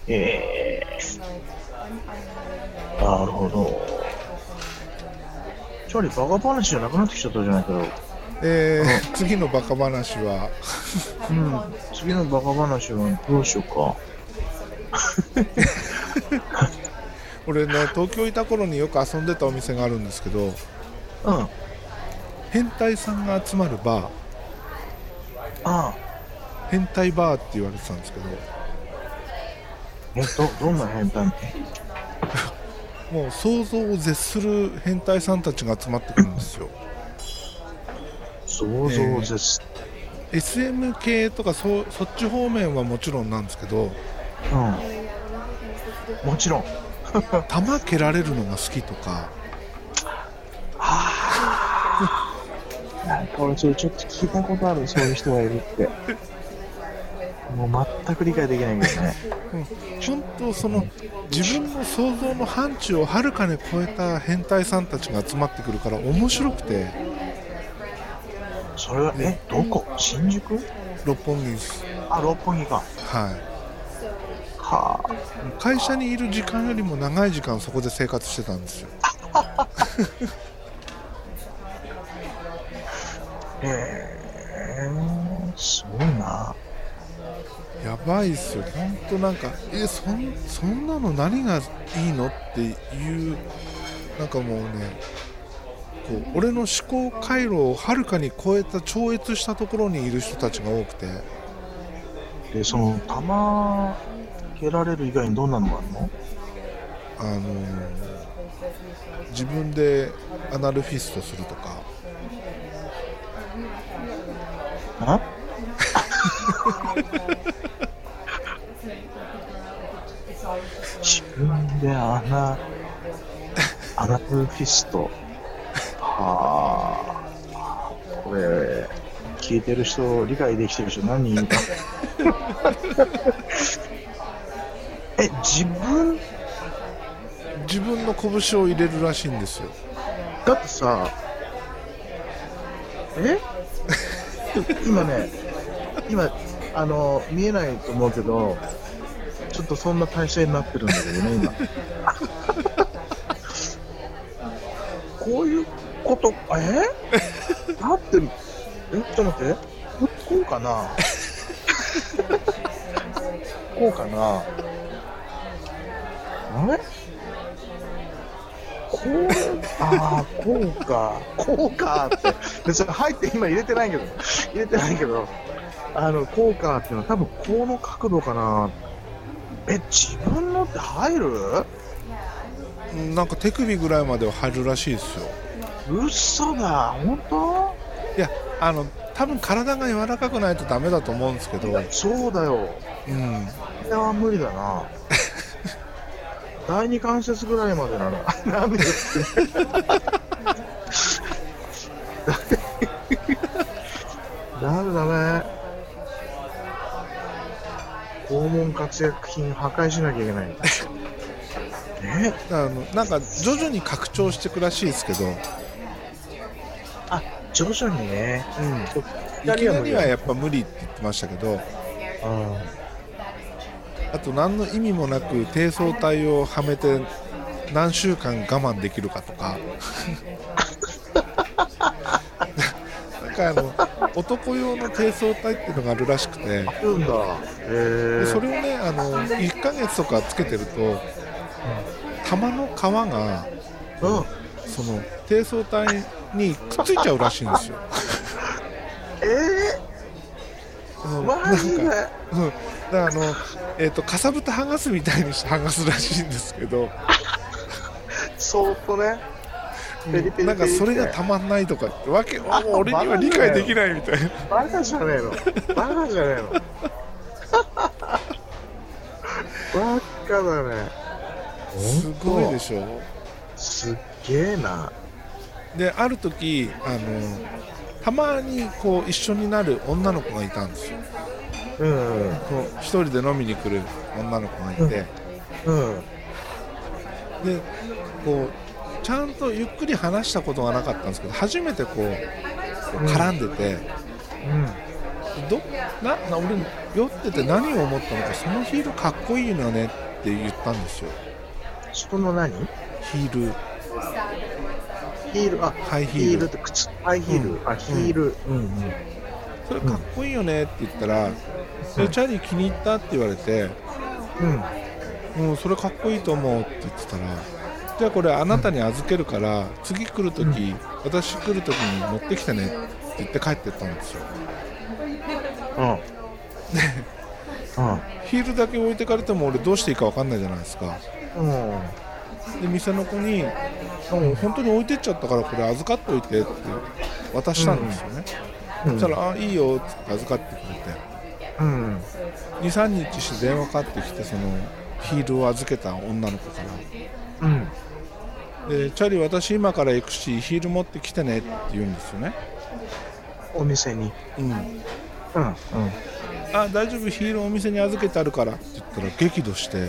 Speaker 2: えー。なるほど。チャーリー、バカ話じゃなくなってきちゃったじゃないけど。
Speaker 1: えー次のバカ話は
Speaker 2: うん、次のバカ話はどうしよう
Speaker 1: 俺ね東京いた頃によく遊んでたお店があるんですけど
Speaker 2: か。うん。あ
Speaker 1: 変態さんが集まるバー
Speaker 2: あ、
Speaker 1: 変態バーって言われてたんですけど
Speaker 2: えっと、どんな変態
Speaker 1: もう想像を絶する変態さんたちが集まってくるんですよ
Speaker 2: 想像です。
Speaker 1: SM 系とかそそっち方面はもちろんなんですけど
Speaker 2: うん。もちろん。
Speaker 1: 弾蹴られるのが好きとか
Speaker 2: なんか俺ちょちょっと聞いたことある、そういう人がいるって。もう全く理解できないけど ね。
Speaker 1: 本当その自分の想像の範疇をはるかに超えた変態さんたちが集まってくるから面白くて
Speaker 2: それは、え、どこ新宿
Speaker 1: 六本木です、
Speaker 2: あ、六本木か。
Speaker 1: は
Speaker 2: はあ。
Speaker 1: い、会社にいる時間よりも長い時間そこで生活してたんですよ
Speaker 2: えー、すごいな。
Speaker 1: やばいっすよ本当なんかえそんそんなの何がいいのっていうなんかもうねこう俺の思考回路をはるかに超えた超越したところにいる人たちが多くて
Speaker 2: で、その、弾蹴られる以外にどんなのがあるの
Speaker 1: あのー自分でアナルフィストするとか
Speaker 2: あ自分で穴穴フィストはあこれ聞いてる人理解できてる人何人いるか え自分
Speaker 1: 自分の拳を入れるらしいんですよ
Speaker 2: だってさえ今ね今あの見えないと思うけどちょっとそんな体勢になってるんだけどね今こういうことえだってえちょっと待ってここうかなこうかなあれこう、ああ、こうか、こうかって、別に入って今入れてないけど、入れてないけど、あの、こうかっていうのは多分この角度かな。え、自分のって入る
Speaker 1: うんなんか手首ぐらいまでは入るらしいですよ
Speaker 2: 嘘だ、本当
Speaker 1: いやあの多分体が柔らかくないとダメだと思うんですけど、うん、
Speaker 2: そうだよ。いや、無理だな。第二関節ぐらいまでなら、なんでって。ダメだね。肛門活躍品破壊しなきゃいけない。え
Speaker 1: あのなんか徐々に拡張していくらしいですけど、うん、
Speaker 2: あ、徐々にね。
Speaker 1: いきなりはやっぱ無理って言ってましたけど
Speaker 2: うん
Speaker 1: あと何の意味もなく低層体をはめて何週間我慢できるかとかなんかあの男用の低層体っていうのがあるらしくて
Speaker 2: あるんだ。え
Speaker 1: で
Speaker 2: ー、
Speaker 1: それをねあの1ヶ月とかつけてると玉の皮が
Speaker 2: うん。
Speaker 1: その低層体にくっついちゃうらしいんですよ。
Speaker 2: え
Speaker 1: そ
Speaker 2: ー、
Speaker 1: の
Speaker 2: マジで
Speaker 1: なんかうん、だからあの、えー、とかさぶた剥がすみたいにして剥がすらしいんですけど、
Speaker 2: そーっとね。ペリペリペリって
Speaker 1: なんかそれがたまんないとかってわけもう俺には理解できないみたいな
Speaker 2: バカじゃねえ のバカじゃねえのバカだね
Speaker 1: すごいでしょ
Speaker 2: すっげえな
Speaker 1: である時あのたまにこう一緒になる女の子がいたんですよ
Speaker 2: うん
Speaker 1: こう一人で飲みに来る女の子がいて、
Speaker 2: うん
Speaker 1: で
Speaker 2: うん
Speaker 1: こうちゃんとゆっくり話したことがなかったんですけど初めてこうこう絡んでて、どなな俺酔ってて何を思ったのかそのヒールかっこいいのねって言ったんですよ
Speaker 2: その何
Speaker 1: ヒール
Speaker 2: ヒールあ
Speaker 1: ハイヒ
Speaker 2: ヒ
Speaker 1: ー
Speaker 2: ー
Speaker 1: ル
Speaker 2: ルって靴ハイヒール、
Speaker 1: うん
Speaker 2: あヒールうんうん
Speaker 1: それかっこいいよねって言ったら、それチャリ気に入ったって言われて
Speaker 2: うん
Speaker 1: もうそれかっこいいと思うって言ってたらじゃあこれあなたに預けるから、次来るとき、私来るときに持ってきてねって言って帰ってったんですよ
Speaker 2: うん
Speaker 1: ヒールだけ置いてかれても俺どうしていいか分かんないじゃないですか
Speaker 2: うんうん
Speaker 1: で店の子に「もう本当に置いてっちゃったからこれ預かっといて」って渡したんですよね、そしたら「あいいよ」って預かってくれて
Speaker 2: うん
Speaker 1: 23日して電話かかってきてそのヒールを預けた女の子から
Speaker 2: うん
Speaker 1: 「でチャリ私今から行くしヒール持ってきてね」って言うんですよね
Speaker 2: お店に
Speaker 1: うん
Speaker 2: うんうん
Speaker 1: あ大丈夫ヒールお店に預けてあるからって言ったら激怒して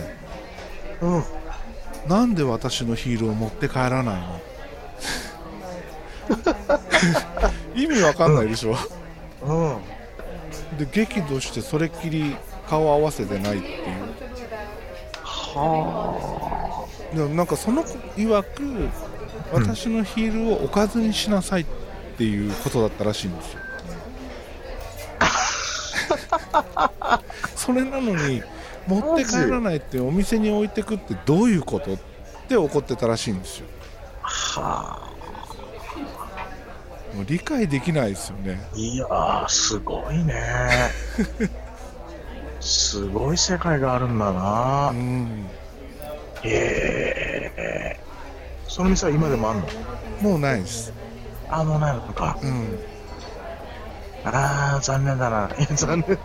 Speaker 2: うん
Speaker 1: 「なんで私のヒールを持って帰らないの? 」意味わかんないでしょ
Speaker 2: うん
Speaker 1: で激怒してそれっきり顔合わせてないっていう
Speaker 2: は
Speaker 1: でもなんかその子曰く私のヒールをおかずにしなさいっていうことだったらしいんですよそれなのに持って帰らないってお店に置いてくってどういうことって怒ってたらしいんですよ
Speaker 2: あは
Speaker 1: もう理解できないですよね
Speaker 2: あいやーすごいねすごい世界があるんだな
Speaker 1: うん
Speaker 2: へえその店は今でもあんの
Speaker 1: もうないです
Speaker 2: あもうないのか
Speaker 1: うん
Speaker 2: ああ、残念だな。いや残念だ。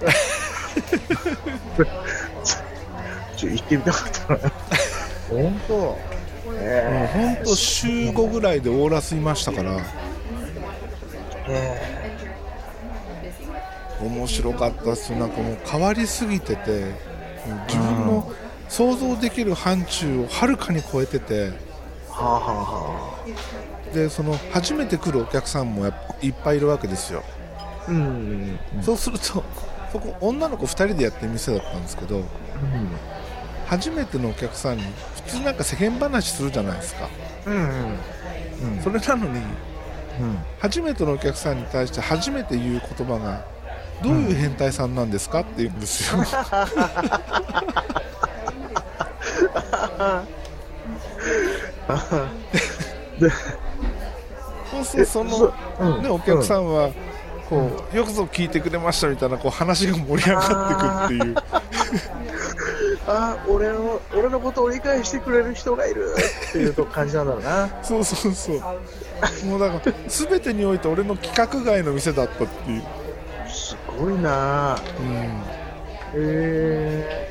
Speaker 2: ちょ、行ってみたかったな。本当。
Speaker 1: もう
Speaker 2: え
Speaker 1: ほんと週5ぐらいでオーラスいましたから
Speaker 2: ー、え
Speaker 1: 面白かったっすよなんかもう変わりすぎててもう自分の想像できる範疇をはるかに超えてて
Speaker 2: ー、はあはあは
Speaker 1: でその初めて来るお客さんもやっぱいっぱいいるわけですよ、
Speaker 2: あ。うん。
Speaker 1: そうするとそこ女の子2人でやってる店だったんですけど初めてのお客さんに普通なんか世間話するじゃないですか
Speaker 2: うん。うん。うん。
Speaker 1: それなのに
Speaker 2: うん。
Speaker 1: 初めてのお客さんに対して初めて言う言葉が「どういう変態さんなんですか?」って言うんですよそうするとその
Speaker 2: の
Speaker 1: ね、お客さ
Speaker 2: ん。
Speaker 1: んはこうよくぞ聞いてくれましたみたいなこう話が盛り上がってくっていう
Speaker 2: ああ、俺の、俺のことを理解してくれる人がいるっていうと感じなんだろうな。
Speaker 1: そうそうそうもうだから全てにおいて俺の規格外の店だったっていう、
Speaker 2: すごいな。ええ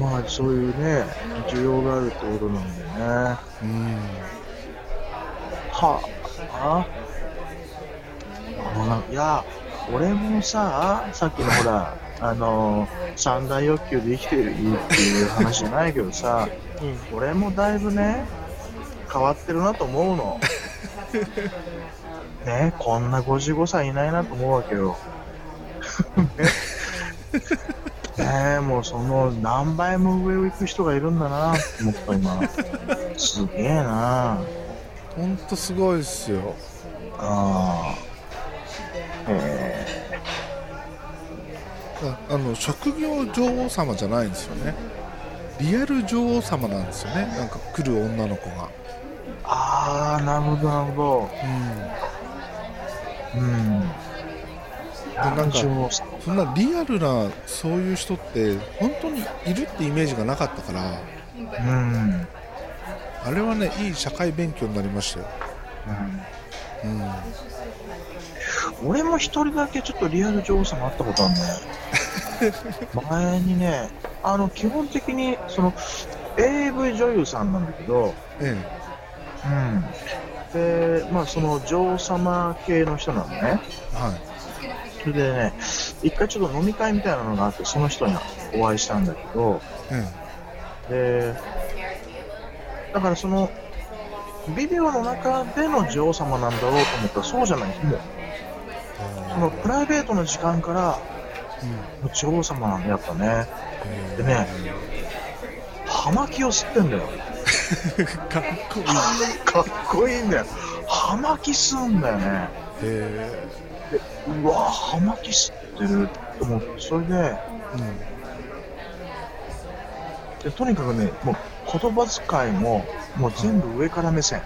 Speaker 2: まあそういうね需要があるってことなんだよね
Speaker 1: うん
Speaker 2: はああいや俺もささっきのほらあの三大欲求で生きてるっていう話じゃないけどさ俺もだいぶね変わってるなと思うのねこんな55歳いないなと思うわけよねねえもうその何倍も上を行く人がいるんだなって思った今すげえな
Speaker 1: ほんとすごいですよ
Speaker 2: ああ。え
Speaker 1: ああの職業女王様じゃないんですよねリアル女王様なんですよねなんか来る女の子が
Speaker 2: えああ、なるほど、なるほ
Speaker 1: うん
Speaker 2: ど。うん。で、
Speaker 1: なんかそんなリアルなそういう人って本当にいるってイメージがなかったから
Speaker 2: うん。うん。
Speaker 1: あれはねいい社会勉強になりましたようん
Speaker 2: 俺も一人だけちょっとリアル女王様会ったことあ るね。前にね、あの、基本的に、その、AV 女優さんなんだけど、
Speaker 1: ええ
Speaker 2: うん。で、まあ、その女王様系の人なのね。
Speaker 1: はい
Speaker 2: それでね、一回ちょっと飲み会みたいなのがあって、その人にお会いしたんだけど、
Speaker 1: え
Speaker 2: で、だからその、ビデオの中での女王様なんだろうと思ったら、そうじゃない。もう、
Speaker 1: え
Speaker 2: そのプライベートの時間から、
Speaker 1: うん
Speaker 2: もう女王様なんだ、やっぱね。
Speaker 1: え
Speaker 2: でね、葉巻を吸ってんだよ。
Speaker 1: ーかっこいい
Speaker 2: かっこいいんだよ。葉巻吸うんだよね。
Speaker 1: え
Speaker 2: でうわ葉巻吸ってると思って、それで、
Speaker 1: ーうん
Speaker 2: でとにかくね、もう言葉遣いも、もう全部上から目 線。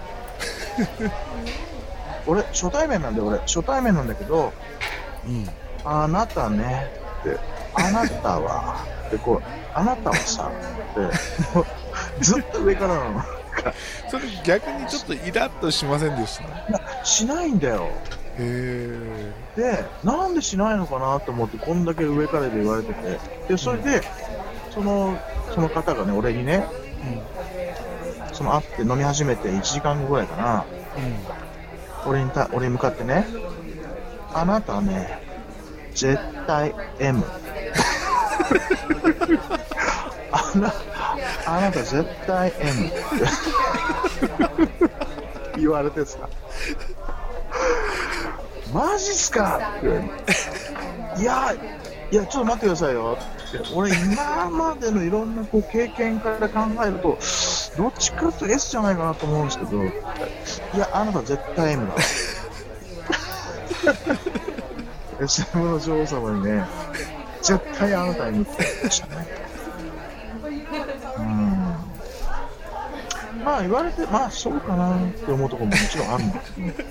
Speaker 2: 俺、初対面なんだよ、俺。初対面なんだけど、
Speaker 1: うん
Speaker 2: あなたねって、あなたは、でこう、あなたは さ、って、もうずっと上からなの。
Speaker 1: それ逆にちょっとイラッとしませんでしたへ
Speaker 2: しないんだよ。
Speaker 1: え
Speaker 2: で、なんでしないのかなと思って、こんだけ上からで言われてて、で、それで、その、その方がね、俺にね、その会って飲み始めて1時間後ぐらいかな、俺にた俺に向かってね、あなたね、絶対 M。あなあなた絶対 M って言われてさ、マジっすかっていや、いや、ちょっと待ってくださいよって、俺、今までのいろんなこう経験から考えると、どっちかというと S じゃないかなと思うんですけど、いや、あなた絶対 M だ。SM の女王様にね、絶対あなた M って言ってましたね。うん。まあ言われて、まあそうかなって思うところももちろん あるんだけど、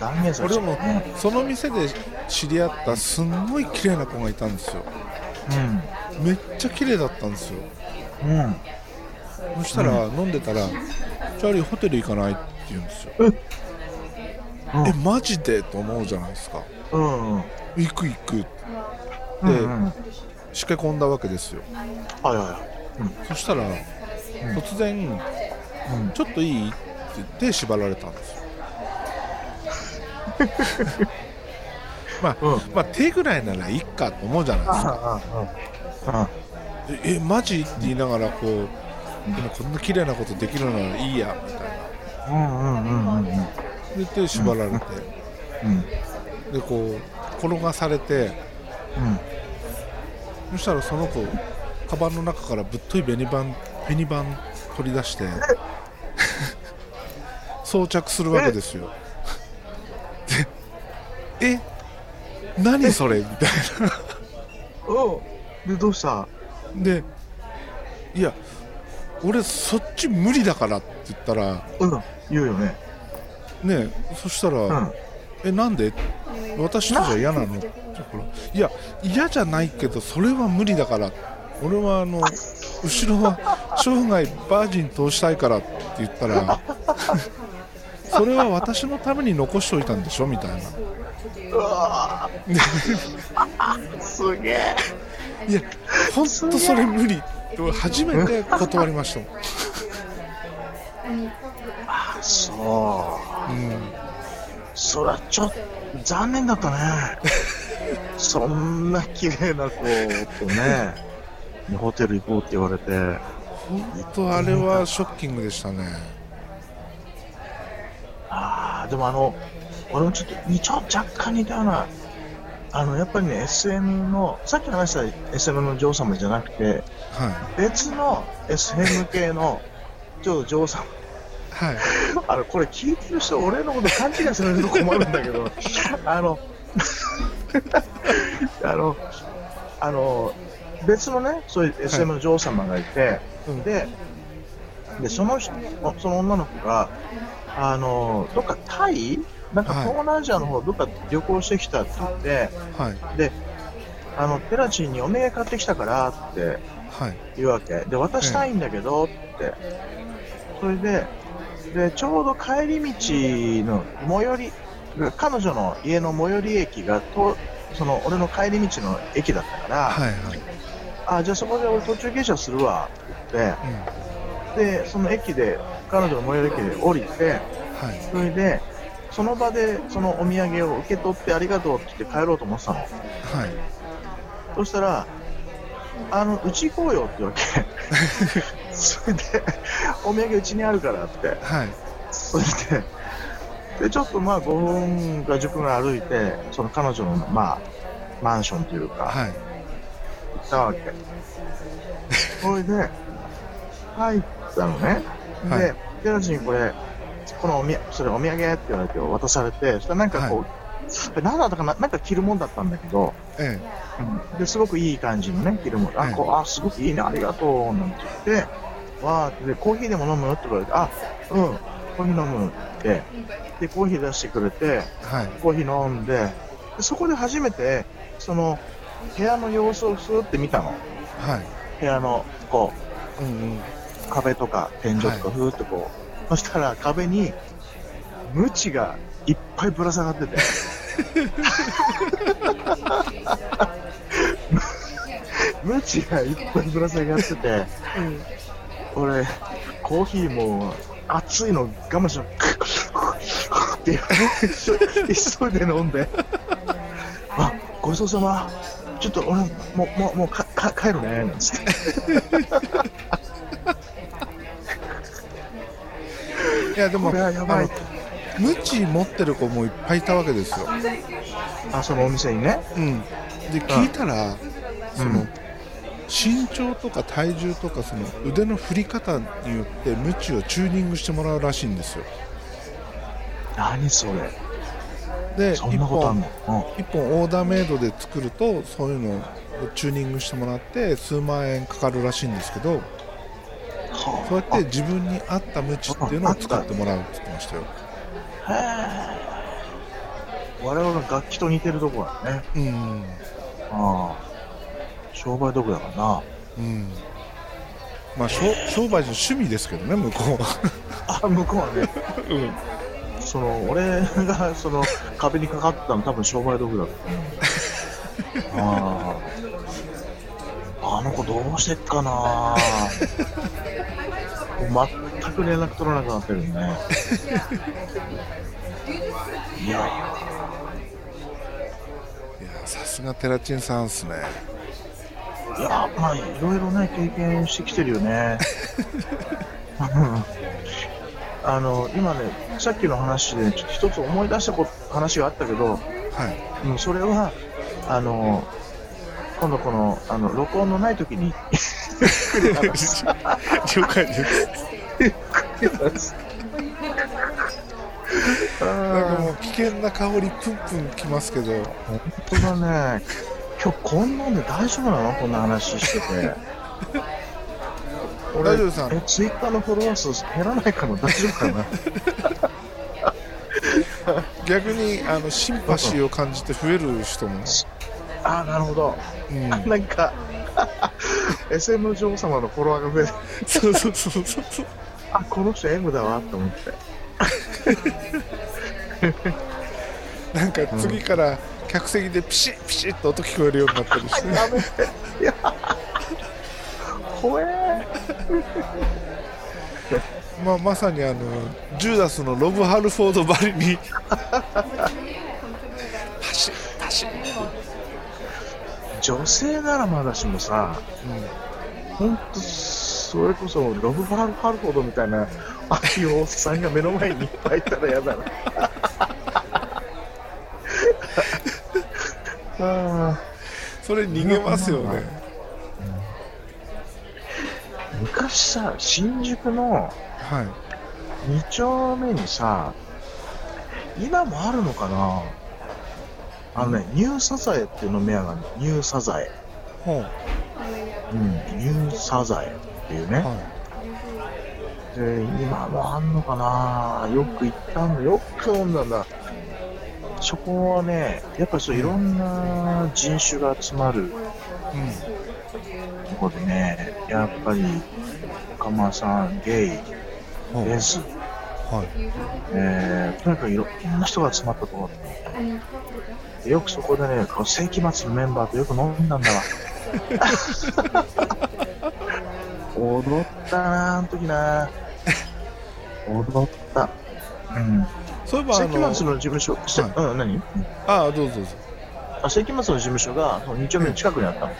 Speaker 2: 断言
Speaker 1: う
Speaker 2: さ
Speaker 1: ん
Speaker 2: れ
Speaker 1: 俺
Speaker 2: ちゃう
Speaker 1: も
Speaker 2: ね。
Speaker 1: その店で知り合ったすんごい綺麗な子がいたんですよめっちゃ綺麗だったんですよ
Speaker 2: うん。うん。
Speaker 1: そしたら飲んでたら「チャーリーホテル行かない?」って言うんですよえマジでと思うじゃないですか
Speaker 2: うん。うん。
Speaker 1: 行く行くって
Speaker 2: うんうんはい
Speaker 1: 仕掛け込んだわけですよ
Speaker 2: はいは
Speaker 1: そ
Speaker 2: い。
Speaker 1: したら突然
Speaker 2: うん
Speaker 1: 「ちょっといい?」って言って縛られたん ですよまあ
Speaker 2: うん。
Speaker 1: まあ、手ぐらいならいいかと思うじゃないですか
Speaker 2: ああ、ああ、
Speaker 1: ええマジって言いながらこう、今こんな綺麗なことできるならいいやみたいな
Speaker 2: うんうんうんうんうん。
Speaker 1: で手縛られて、
Speaker 2: うん。
Speaker 1: でこう転がされて
Speaker 2: うん。
Speaker 1: そしたらその子カバンの中からぶっとい紅板紅板取り出して 装着するわけですよでえ何それみたいな
Speaker 2: おで、どうした
Speaker 1: でいや俺そっち無理だからって言ったら
Speaker 2: うん。言うよね。
Speaker 1: ねそしたら、
Speaker 2: うん。
Speaker 1: えなんで私とじゃ嫌なのってほらいや嫌じゃないけどそれは無理だから俺はあの後ろは生涯バージン通したいからって言った らそれは私のために残しておいたんでしょみたいな
Speaker 2: うわぁ。すげえ。
Speaker 1: いや本当それ無理って初めて断りましたもん
Speaker 2: そう。
Speaker 1: うん
Speaker 2: そら、ちょっと、残念だ ったね。そんな綺麗な子とね、ホテル行こうって言われて。
Speaker 1: 本当あれはショッキングでしたね
Speaker 2: ああ、でもあの、俺もちょっと、ちょ若干似たような、あの、やっぱりね、SM の、さっき話した SM の女王様じゃなくて、
Speaker 1: は
Speaker 2: 別の SM 系の、ちょっと女王様、
Speaker 1: いはい
Speaker 2: あの、これ聞いてる人、俺のこと勘違いされると困るんだけど、あの、 あの、あの、別のね、そういう SM の女王様がいて、
Speaker 1: うん
Speaker 2: で、でその人その女の子が、あのどっかタイ、なんか
Speaker 1: はい
Speaker 2: 東南アジアの方、どっか旅行してきたって言って、
Speaker 1: はい
Speaker 2: あのペラチンにお土産買ってきたからって
Speaker 1: はい
Speaker 2: 言うわけ、で渡したいんだけどって、それでで、ちょうど帰り道の最寄り、彼女の家の最寄り駅がと、その俺の帰り道の駅だったから、
Speaker 1: はいはい
Speaker 2: あじゃあそこで俺途中下車するわって言って。
Speaker 1: うん
Speaker 2: でその駅で彼女の最寄り駅で降りて
Speaker 1: はいはい
Speaker 2: それで、その場でそのお土産を受け取ってありがとうって言って帰ろうと思ってたの。
Speaker 1: はい
Speaker 2: そしたら、あの、うち行こうよって言われて、 それで、お土産うちにあるからって、
Speaker 1: はい
Speaker 2: それで、で、ちょっとまあ5分か10分ぐらい歩いて、その彼女の、まあ、マンションというか、
Speaker 1: はい
Speaker 2: 行ったわけ。それで、入ったのね。で、
Speaker 1: はい
Speaker 2: ペラジにこれ、このおみそれお土産って言われて渡されて、そしたらなんかこう、何だったかな、なんか着るもんだったんだけど、
Speaker 1: え
Speaker 2: ですごくいい感じのね、着るもん、
Speaker 1: は
Speaker 2: あ、
Speaker 1: い
Speaker 2: こうあすごくいいね、ありがとうなんて言って、わーって、コーヒーでも飲むって言われて、あうん、コーヒー飲むって言って、で、コーヒー出してくれて、
Speaker 1: えはい
Speaker 2: コーヒー飲んで、でそこで初めて、その、部屋の様子をスーって見たの。
Speaker 1: はい
Speaker 2: 部屋のこ
Speaker 1: うんうん
Speaker 2: う壁とか天井と
Speaker 1: はい
Speaker 2: かふーってこう、そしたら壁に無知がいっぱいぶら下がって て無知がいっぱいぶら下がってて、俺コーヒーもう熱いの我慢しなくてクックッって急いで飲ん であごちそうさまちょっと俺もうもうもうかか帰るねなんつって
Speaker 1: いやでも
Speaker 2: これはやばい
Speaker 1: あの無知持ってる子もいっぱいいたわけですよ
Speaker 2: あそのお店にね
Speaker 1: うん、で聞いたら、その
Speaker 2: うん
Speaker 1: 身長とか体重とかその腕の振り方によってムチをチューニングしてもらうらしいんですよ
Speaker 2: 何それ
Speaker 1: で
Speaker 2: そんなことあんの、
Speaker 1: 1本オーダーメイドで作るとそういうのをチューニングしてもらって数万円かかるらしいんですけどそうやって自分に合ったムチっていうのを使ってもらうって言ってましたよ、
Speaker 2: うん、我々の楽器と似てるとこだね
Speaker 1: うん
Speaker 2: ああ商売道具だからな
Speaker 1: うんまあ、しょ商売の趣味ですけどね向こうは、
Speaker 2: あ向こうはね
Speaker 1: うん、
Speaker 2: その俺がその壁にかかったの多分商売道具だと思うあああの子どうしてっかなもう全く連絡取らなくなってるね い
Speaker 1: い
Speaker 2: や
Speaker 1: やさすがテラチンさんっすね
Speaker 2: いやまあいろいろね経験してきてるよねあの今ねさっきの話でちょっと一つ思い出したこと話があったけど、
Speaker 1: はい
Speaker 2: うん、それは、あの、今度この、あの、録音のない時に 来る話、
Speaker 1: 了解です。なんかもう危険な香りプンプンきますけど、
Speaker 2: 本当だね。今日こんなんで大丈夫なのこんな話してて。
Speaker 1: 大丈夫さん
Speaker 2: え、ツイッターのフォロワー数減らないかな大丈夫かな
Speaker 1: 逆にあのシンパシーを感じて増える人も、
Speaker 2: あー、なるほど。
Speaker 1: うん、
Speaker 2: なんか、SM 女王様のフォロワーが増えて、
Speaker 1: そうそうそうそうそう。
Speaker 2: あ、この人 M だわって思って。
Speaker 1: なんか次から客席でピシッピシッと音聞こえるようになったりして、
Speaker 2: ダメ。いや、怖え。
Speaker 1: まあまさにあのジューダスのロブハルフォードばりにパシッパシッ。
Speaker 2: 女性ならまだしもさ、本当それこそロブ・ファルファルフォードみたいなああいうおっさんが目の前にいっぱいいたら嫌だ なあ
Speaker 1: それ逃げますよね。
Speaker 2: あ昔さ新宿の
Speaker 1: はい。
Speaker 2: 2丁目にさ今もあるのかなあのね、ニューサザエっていう飲み屋があるのニューサザエ、
Speaker 1: ほう。
Speaker 2: うん、ニューサザエっていうね、
Speaker 1: は
Speaker 2: で今もあんのかなよく行ったんだよく飲んだんだそこはねやっぱりそういろんな人種が集まる
Speaker 1: い。うん。
Speaker 2: とこでねやっぱり岡間さんゲイ
Speaker 1: ほう
Speaker 2: レズ
Speaker 1: はい。
Speaker 2: えー、とにかくいろんな人が集まったところだったのでよくそこでねこう世紀末のメンバーとよく飲んだんだわ 踊ったなあの時な踊ったうん。
Speaker 1: そういえばあ
Speaker 2: 関
Speaker 1: の
Speaker 2: 町の事務所、せ
Speaker 1: はい
Speaker 2: うん、何
Speaker 1: ああどうぞどうぞ
Speaker 2: あ関町の事務所が、その2丁目の近くにあったの、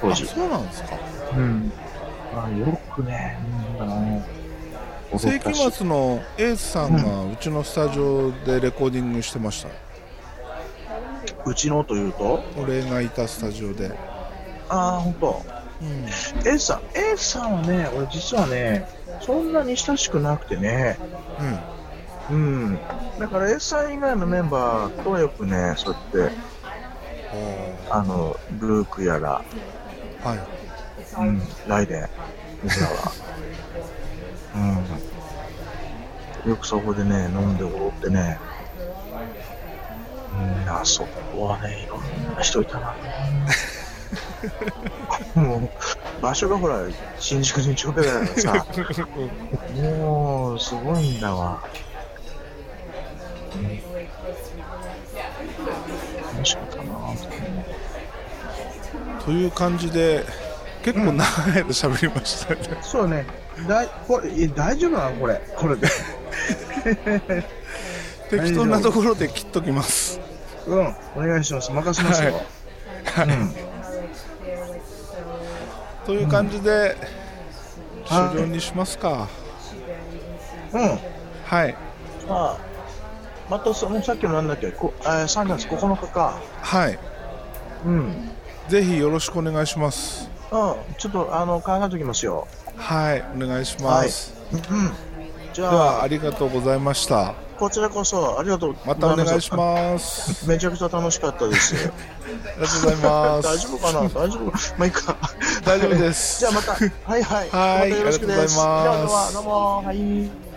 Speaker 2: 当
Speaker 1: あ
Speaker 2: 時。
Speaker 1: そうなんですか
Speaker 2: うん。まあ、よくね、なんだろうね。
Speaker 1: 世紀末のエースさんがうちのスタジオでレコーディングしてました、
Speaker 2: うちのというと、
Speaker 1: 俺がいたスタジオで、
Speaker 2: ああ、ほんと。
Speaker 1: うん、
Speaker 2: A さん、A さんはね、俺実はね、そんなに親しくなくてね、うん。だから A さん以外のメンバーとはよくね、そうやって、あの、ルークやら、
Speaker 1: はい
Speaker 2: うん、ライデン、水原。うん。よくそこでね、飲んで踊ってね、うん、あそこはね、いろんな人いたな。もう、場所がほら、新宿二丁目だからさ、もう、すごいんだわ。うん楽しかったな
Speaker 1: という感じで結構長い間喋りましたね、
Speaker 2: そうね、だいこれえ大丈夫なのこれ、これで。
Speaker 1: 適当なところで切っときます
Speaker 2: うん、お願いします。任せますよ。
Speaker 1: はい、という感じで、
Speaker 2: はい
Speaker 1: 終了にしますか
Speaker 2: うん。
Speaker 1: はい
Speaker 2: まあ、またそのさっきのなんだっけ、こえー3月9日か。
Speaker 1: はい
Speaker 2: うん。うん。
Speaker 1: ぜひよろしくお願いします
Speaker 2: ちょっと、あの、考えときますよ。
Speaker 1: はいお願いします、
Speaker 2: うん。じ
Speaker 1: で
Speaker 2: ゃ
Speaker 1: は
Speaker 2: あ
Speaker 1: あ、りがとうございました
Speaker 2: こちらこそ、ありがとう。
Speaker 1: またお願いし
Speaker 2: す。
Speaker 1: ます
Speaker 2: めちゃくちゃ楽しかったです。
Speaker 1: ありがとうございま
Speaker 2: 大
Speaker 1: す
Speaker 2: 丈夫かな大丈夫 まあ、いい か。
Speaker 1: 大丈夫です
Speaker 2: じゃあまた、はいはい。
Speaker 1: はい
Speaker 2: またよろしく
Speaker 1: ありがとうご
Speaker 2: です。
Speaker 1: ざいます
Speaker 2: じゃあどうも、どうも、はい。